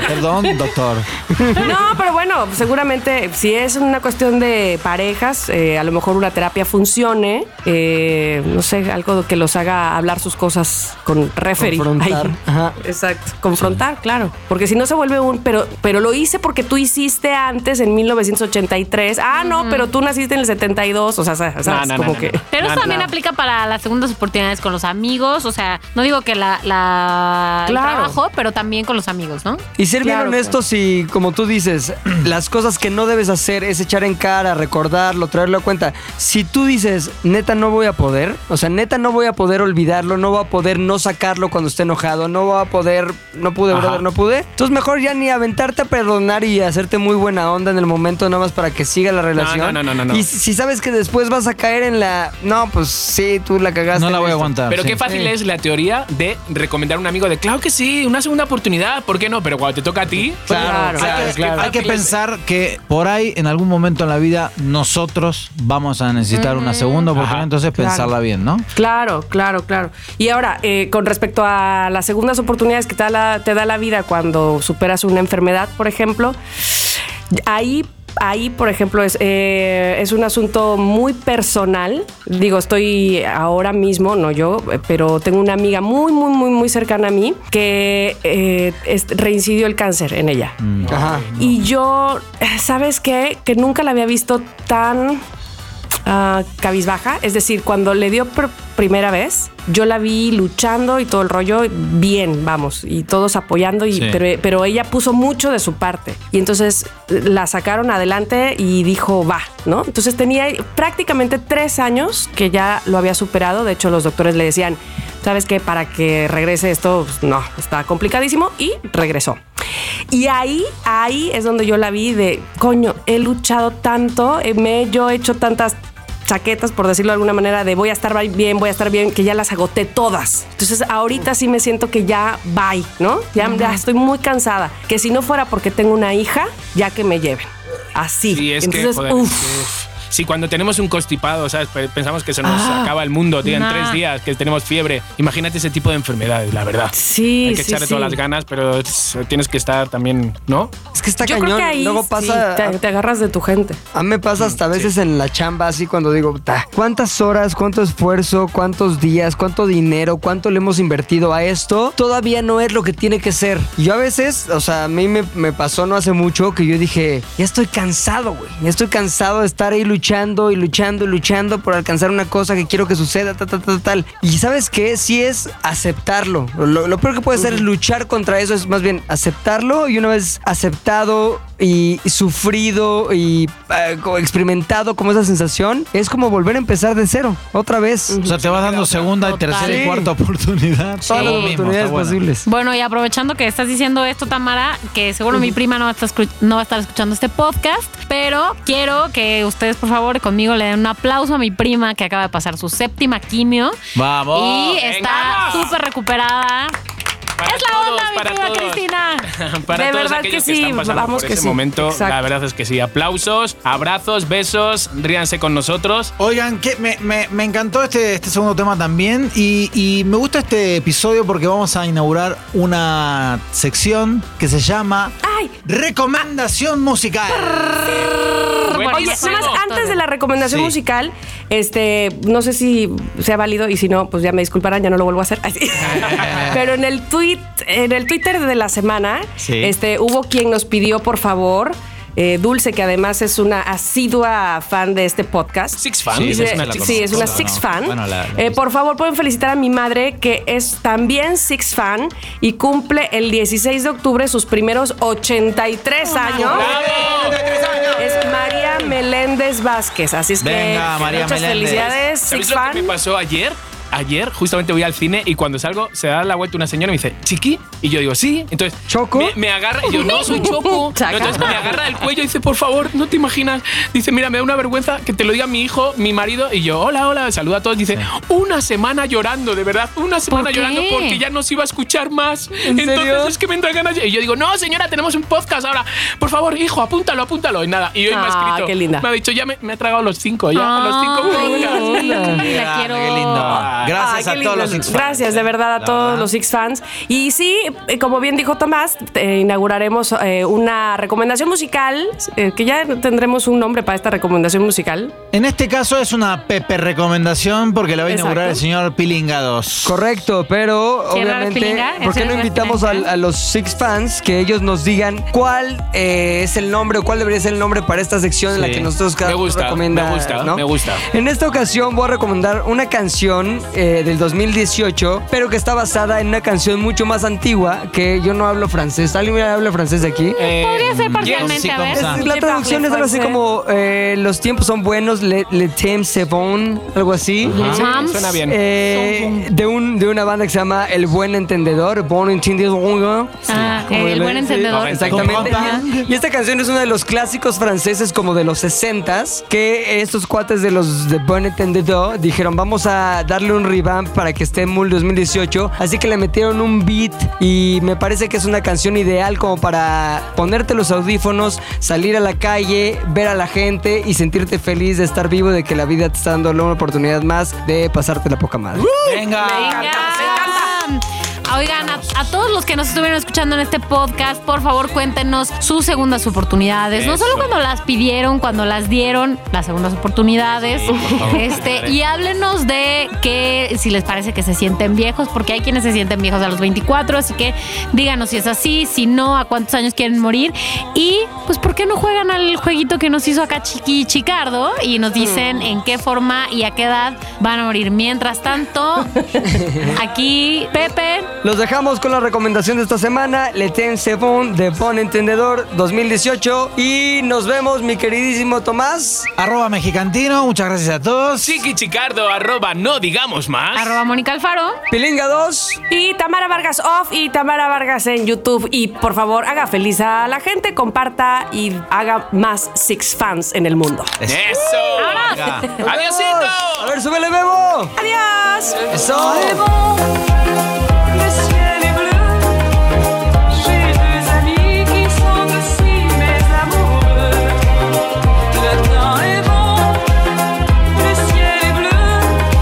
Perdón, doctor.
No, pero bueno, seguramente si es una cuestión de parejas, eh, a lo mejor una terapia funcione. eh, no sé, algo que los haga hablar sus cosas con referee.
Confrontar.
Ay,
Ajá.
Exacto, confrontar, claro. Porque si no se vuelve un, pero, pero lo hice porque tú hiciste antes en 1983. Ah, no, pero tú naciste en el 72. O sea, sabes,
No, no, no,
como
no,
que...
no.
Pero eso
No,
también
no.
aplica para las segundas oportunidades con los amigos. O sea, no digo que la, la el
Claro.
trabajo, pero también con los amigos, ¿no?
Y ser bien
Claro, pues.
honestos y, como tú dices, las cosas que no debes hacer es echar en cara, recordarlo, traerlo a cuenta. Si tú dices, neta, no voy a poder, o sea, neta, no voy a poder olvidarlo, no voy a poder no sacarlo cuando esté enojado, no voy a poder, no pude,
Ajá.
brother, no pude. Entonces, mejor ya ni aventarte a perdonar y hacerte muy buena onda en el momento, nada más para que siga la relación.
no, no, no, no.
Y si- si sabes que después vas a caer en la, no, pues sí, tú la cagaste.
No la voy a
listo".
aguantar.
Pero
sí.
qué fácil
Sí.
es la teoría de recomendar a un amigo de, claro que sí, una segunda oportunidad, ¿por qué no? Pero cuando te toca a ti,
Claro,
Claro,
claro,
Hay que-
claro.
Hay que pensar que por ahí, en algún momento en la vida, nosotros vamos a necesitar una segunda oportunidad,
Ajá.
entonces
Claro.
pensarla bien, ¿no?
Claro, claro, claro. Y ahora, eh, con respecto a las segundas oportunidades que te da, la, te da la vida cuando superas una enfermedad, por ejemplo, ahí, ahí por ejemplo, es, eh, es un asunto muy personal. Digo, estoy ahora mismo, no yo, eh, pero tengo una amiga muy, muy, muy, muy cercana a mí que eh, es- reincidió el cáncer en ella.
Ajá.
eh, Y yo, ¿sabes qué? Que nunca la había visto tan ah, cabizbaja. Es decir, cuando le dio por primera vez, yo la vi luchando y todo el rollo bien, vamos, y todos apoyando, y,
Sí.
pero, pero ella puso mucho de su parte. Y entonces eh, la sacaron adelante y dijo, va, ¿no? Entonces tenía prácticamente tres años que ya lo había superado. De hecho, los doctores le decían, ¿sabes qué? Para que regrese esto, pues, no, está complicadísimo. Y regresó. Y ahí, ahí es donde yo la vi de, coño, he luchado tanto, eh, me he yo he hecho tantas chaquetas, por decirlo de alguna manera, de voy a estar bien, voy a estar bien, que ya las agoté todas. Entonces ahorita sí me siento que ya bye, ¿no? Ya, ya estoy muy cansada. Que si no fuera porque tengo una hija, ya que me lleven. Así.
Sí, es
Entonces,
que, joder,
uf.
es que- Sí, cuando tenemos un constipado, ¿sabes? Pe- Pensamos que se nos
Ah.
acaba el mundo, tío, en
Nah.
tres días, que tenemos fiebre. Imagínate ese tipo de enfermedades, la verdad.
Sí,
Hay que
sí,
echarle
sí.
todas las ganas, pero tss, tienes que estar también, ¿no?
Es que está
Yo
cañón.
creo que ahí
Luego pasa.
sí, te, te agarras de tu gente.
A mí me pasa hasta a veces en la chamba así cuando digo, "Ta, ¿cuántas horas, cuánto esfuerzo, cuántos días, cuánto dinero, cuánto le hemos invertido a esto? Todavía no es lo que tiene que ser. Y yo a veces, o sea, a mí me, me pasó no hace mucho que yo dije, ya estoy cansado, güey. Ya estoy cansado de estar ahí luchando y luchando y luchando por alcanzar una cosa que quiero que suceda, ta, ta, ta, tal. Y ¿sabes qué? Sí es aceptarlo. Lo, lo peor que puede hacer es luchar contra eso, es más bien aceptarlo y una vez aceptado y sufrido y eh, como experimentado como esa sensación, es como volver a empezar de cero, otra vez.
O sea, te vas dando segunda, y
Total.
tercera y
Sí.
cuarta oportunidad.
Todas las
Lo mismo,
oportunidades
está bueno.
posibles.
Bueno, y aprovechando que estás diciendo esto, Tamara, que seguro mi prima no va, a estar escu- no va a estar escuchando este podcast, pero quiero que ustedes, por favor, conmigo le den un aplauso a mi prima que acaba de pasar su séptima quimio
Oh,
Vamos.
y está
vengamos.
súper recuperada.
Para
es la
todos,
onda, mi
para
prima
todos.
Cristina.
Para
De
todos
verdad
aquellos
que
que,
sí,
están pasando
vamos
por
que
ese
sí,
momento,
exacto.
la verdad es que sí. Aplausos, abrazos, besos, ríanse con nosotros.
Oigan, que me, me- me encantó este, este segundo tema también y, y me gusta este episodio porque vamos a inaugurar una sección que se llama
Ay,
Recomendación Musical.
Buenísimo.
Oye, nada más antes de la recomendación
pues, Sí.
musical, este, no sé si sea válido y si no, pues ya me disculparán, ya no lo vuelvo a hacer. Así. Pero en el tweet, en el Twitter de la semana,
Sí.
este, hubo quien nos pidió, por favor, eh, Dulce, que además es una asidua fan de este podcast.
Six Fans.
Sí,
Dice-
esa me la
sí,
conozco.
es una
No,
Six
no.
fan.
Bueno, la- la-
Eh, por favor, pueden felicitar a mi madre, que es también Six fan y cumple el 16 de octubre sus primeros
Oh,
83 años. Es María Meléndez Vázquez. Así es que
Venga, María
muchas
Meléndez.
felicidades,
¿Sabéis
Six
lo
Fan.
que me pasó ayer? Ayer justamente voy al cine y cuando salgo se da la vuelta una señora y me dice, ¿Chiqui? Y yo digo, sí. Entonces,
¿Choco?
Me, me agarra y yo, no, soy Choco. No,
Chaca.
entonces me agarra del cuello y dice, por favor, no te imaginas. Dice, mira, me da una vergüenza que te lo diga mi hijo, mi marido. Y yo, hola, hola, saluda a todos. Dice, una semana llorando, de verdad, una semana
qué?
llorando porque ya nos iba a escuchar más. entonces
serio?
es que me entra ganas. Y yo digo, no, señora, tenemos un podcast ahora. Por favor, hijo, apúntalo, apúntalo. Y nada, y hoy me ha
Ah,
escrito.
qué linda.
Me ha dicho, ya me, me ha tragado los cinco, ya, los cinco
Ay,
podcasts".
sí, la quiero.
Qué lindo. Gracias
Ay,
a
qué
todos
lindo.
los Six Fans.
Gracias, de verdad, a
La
todos
verdad.
los Six fans. Y sí, eh, como bien dijo Tomás, eh, inauguraremos eh, una recomendación musical, eh, que ya tendremos un nombre para esta recomendación musical.
En este caso es una Pepe recomendación porque la va a inaugurar
Exacto.
el señor Pilinga 2.
Correcto, pero
¿Quién era el
obviamente,
Pilinga?
¿por
¿Ese
qué no
era el
invitamos al-
Pilinga?
a, los Six Fans que ellos nos digan cuál eh, es el nombre o cuál debería ser el nombre para esta sección en la
Sí.
que nosotros cada
Me
uno
gusta,
recomienda?
me gusta,
¿no?
me gusta.
En esta ocasión voy a recomendar una canción eh, del 2018, pero que está basada en una canción mucho más antigua que yo no hablo francés. ¿Alguien habla francés de aquí?
Eh,
Podría ser parcialmente,
yes.
a
Sí,
ver.
Ah.
Es- la
Je
traducción
parle
es algo así
français.
como eh, los tiempos son buenos, le, le temps c'est bon, algo así.
Ajá.
Chams.
ah, Suena bien.
Eh, de, un, de una banda que se llama El Buen Entendedor, Bon Entendedor.
Ah,
Como
el
le-
buen encendedor.
Ah,
Exactamente.
Ajá.
Y esta canción es uno de los clásicos franceses como de los 60s, que estos cuates de los de Bon Entendedor dijeron, vamos a darle un revamp para que esté en Mul 2018. Así que le metieron un beat y me parece que es una canción ideal como para ponerte los audífonos, salir a la calle, ver a la gente y sentirte feliz de estar vivo, de que la vida te está dando una oportunidad más de pasártela poca madre.
Venga.
Venga. Oigan, a, a todos los que nos estuvieron escuchando en este podcast, por favor cuéntenos sus segundas oportunidades. No solo
Eso.
cuando las pidieron, cuando las dieron, las segundas oportunidades.
Sí, por favor.
este, y háblenos de que si les parece que se sienten viejos, porque hay quienes se sienten viejos a los 24, así que díganos si es así, si no, a cuántos años quieren morir. Y pues, ¿por qué no juegan al jueguito que nos hizo acá Chiqui Chicardo? Y nos
Mm.
dicen en qué forma y a qué edad van a morir. Mientras tanto, aquí Pepe.
Los dejamos con la recomendación de esta semana, Le Ten Sebon de Bon Entendedor 2018. Y nos vemos, mi queridísimo Tomás.
Arroba mexicantino, muchas gracias a todos.
Chiquichicardo, arroba, no digamos más.
Arroba Mónica Alfaro.
Pilinga 2.
Y Tamara Vargas Off y Tamara Vargas en YouTube. Y por favor, haga feliz a la gente, comparta y haga más Six Fans en el mundo.
Es-
¡Eso!
Venga.
¡Adiósito!
A ver, súbele, Bebo.
¡Adiós!
Eso.
Thank you.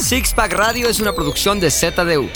Six Pack Radio es una producción de ZDU.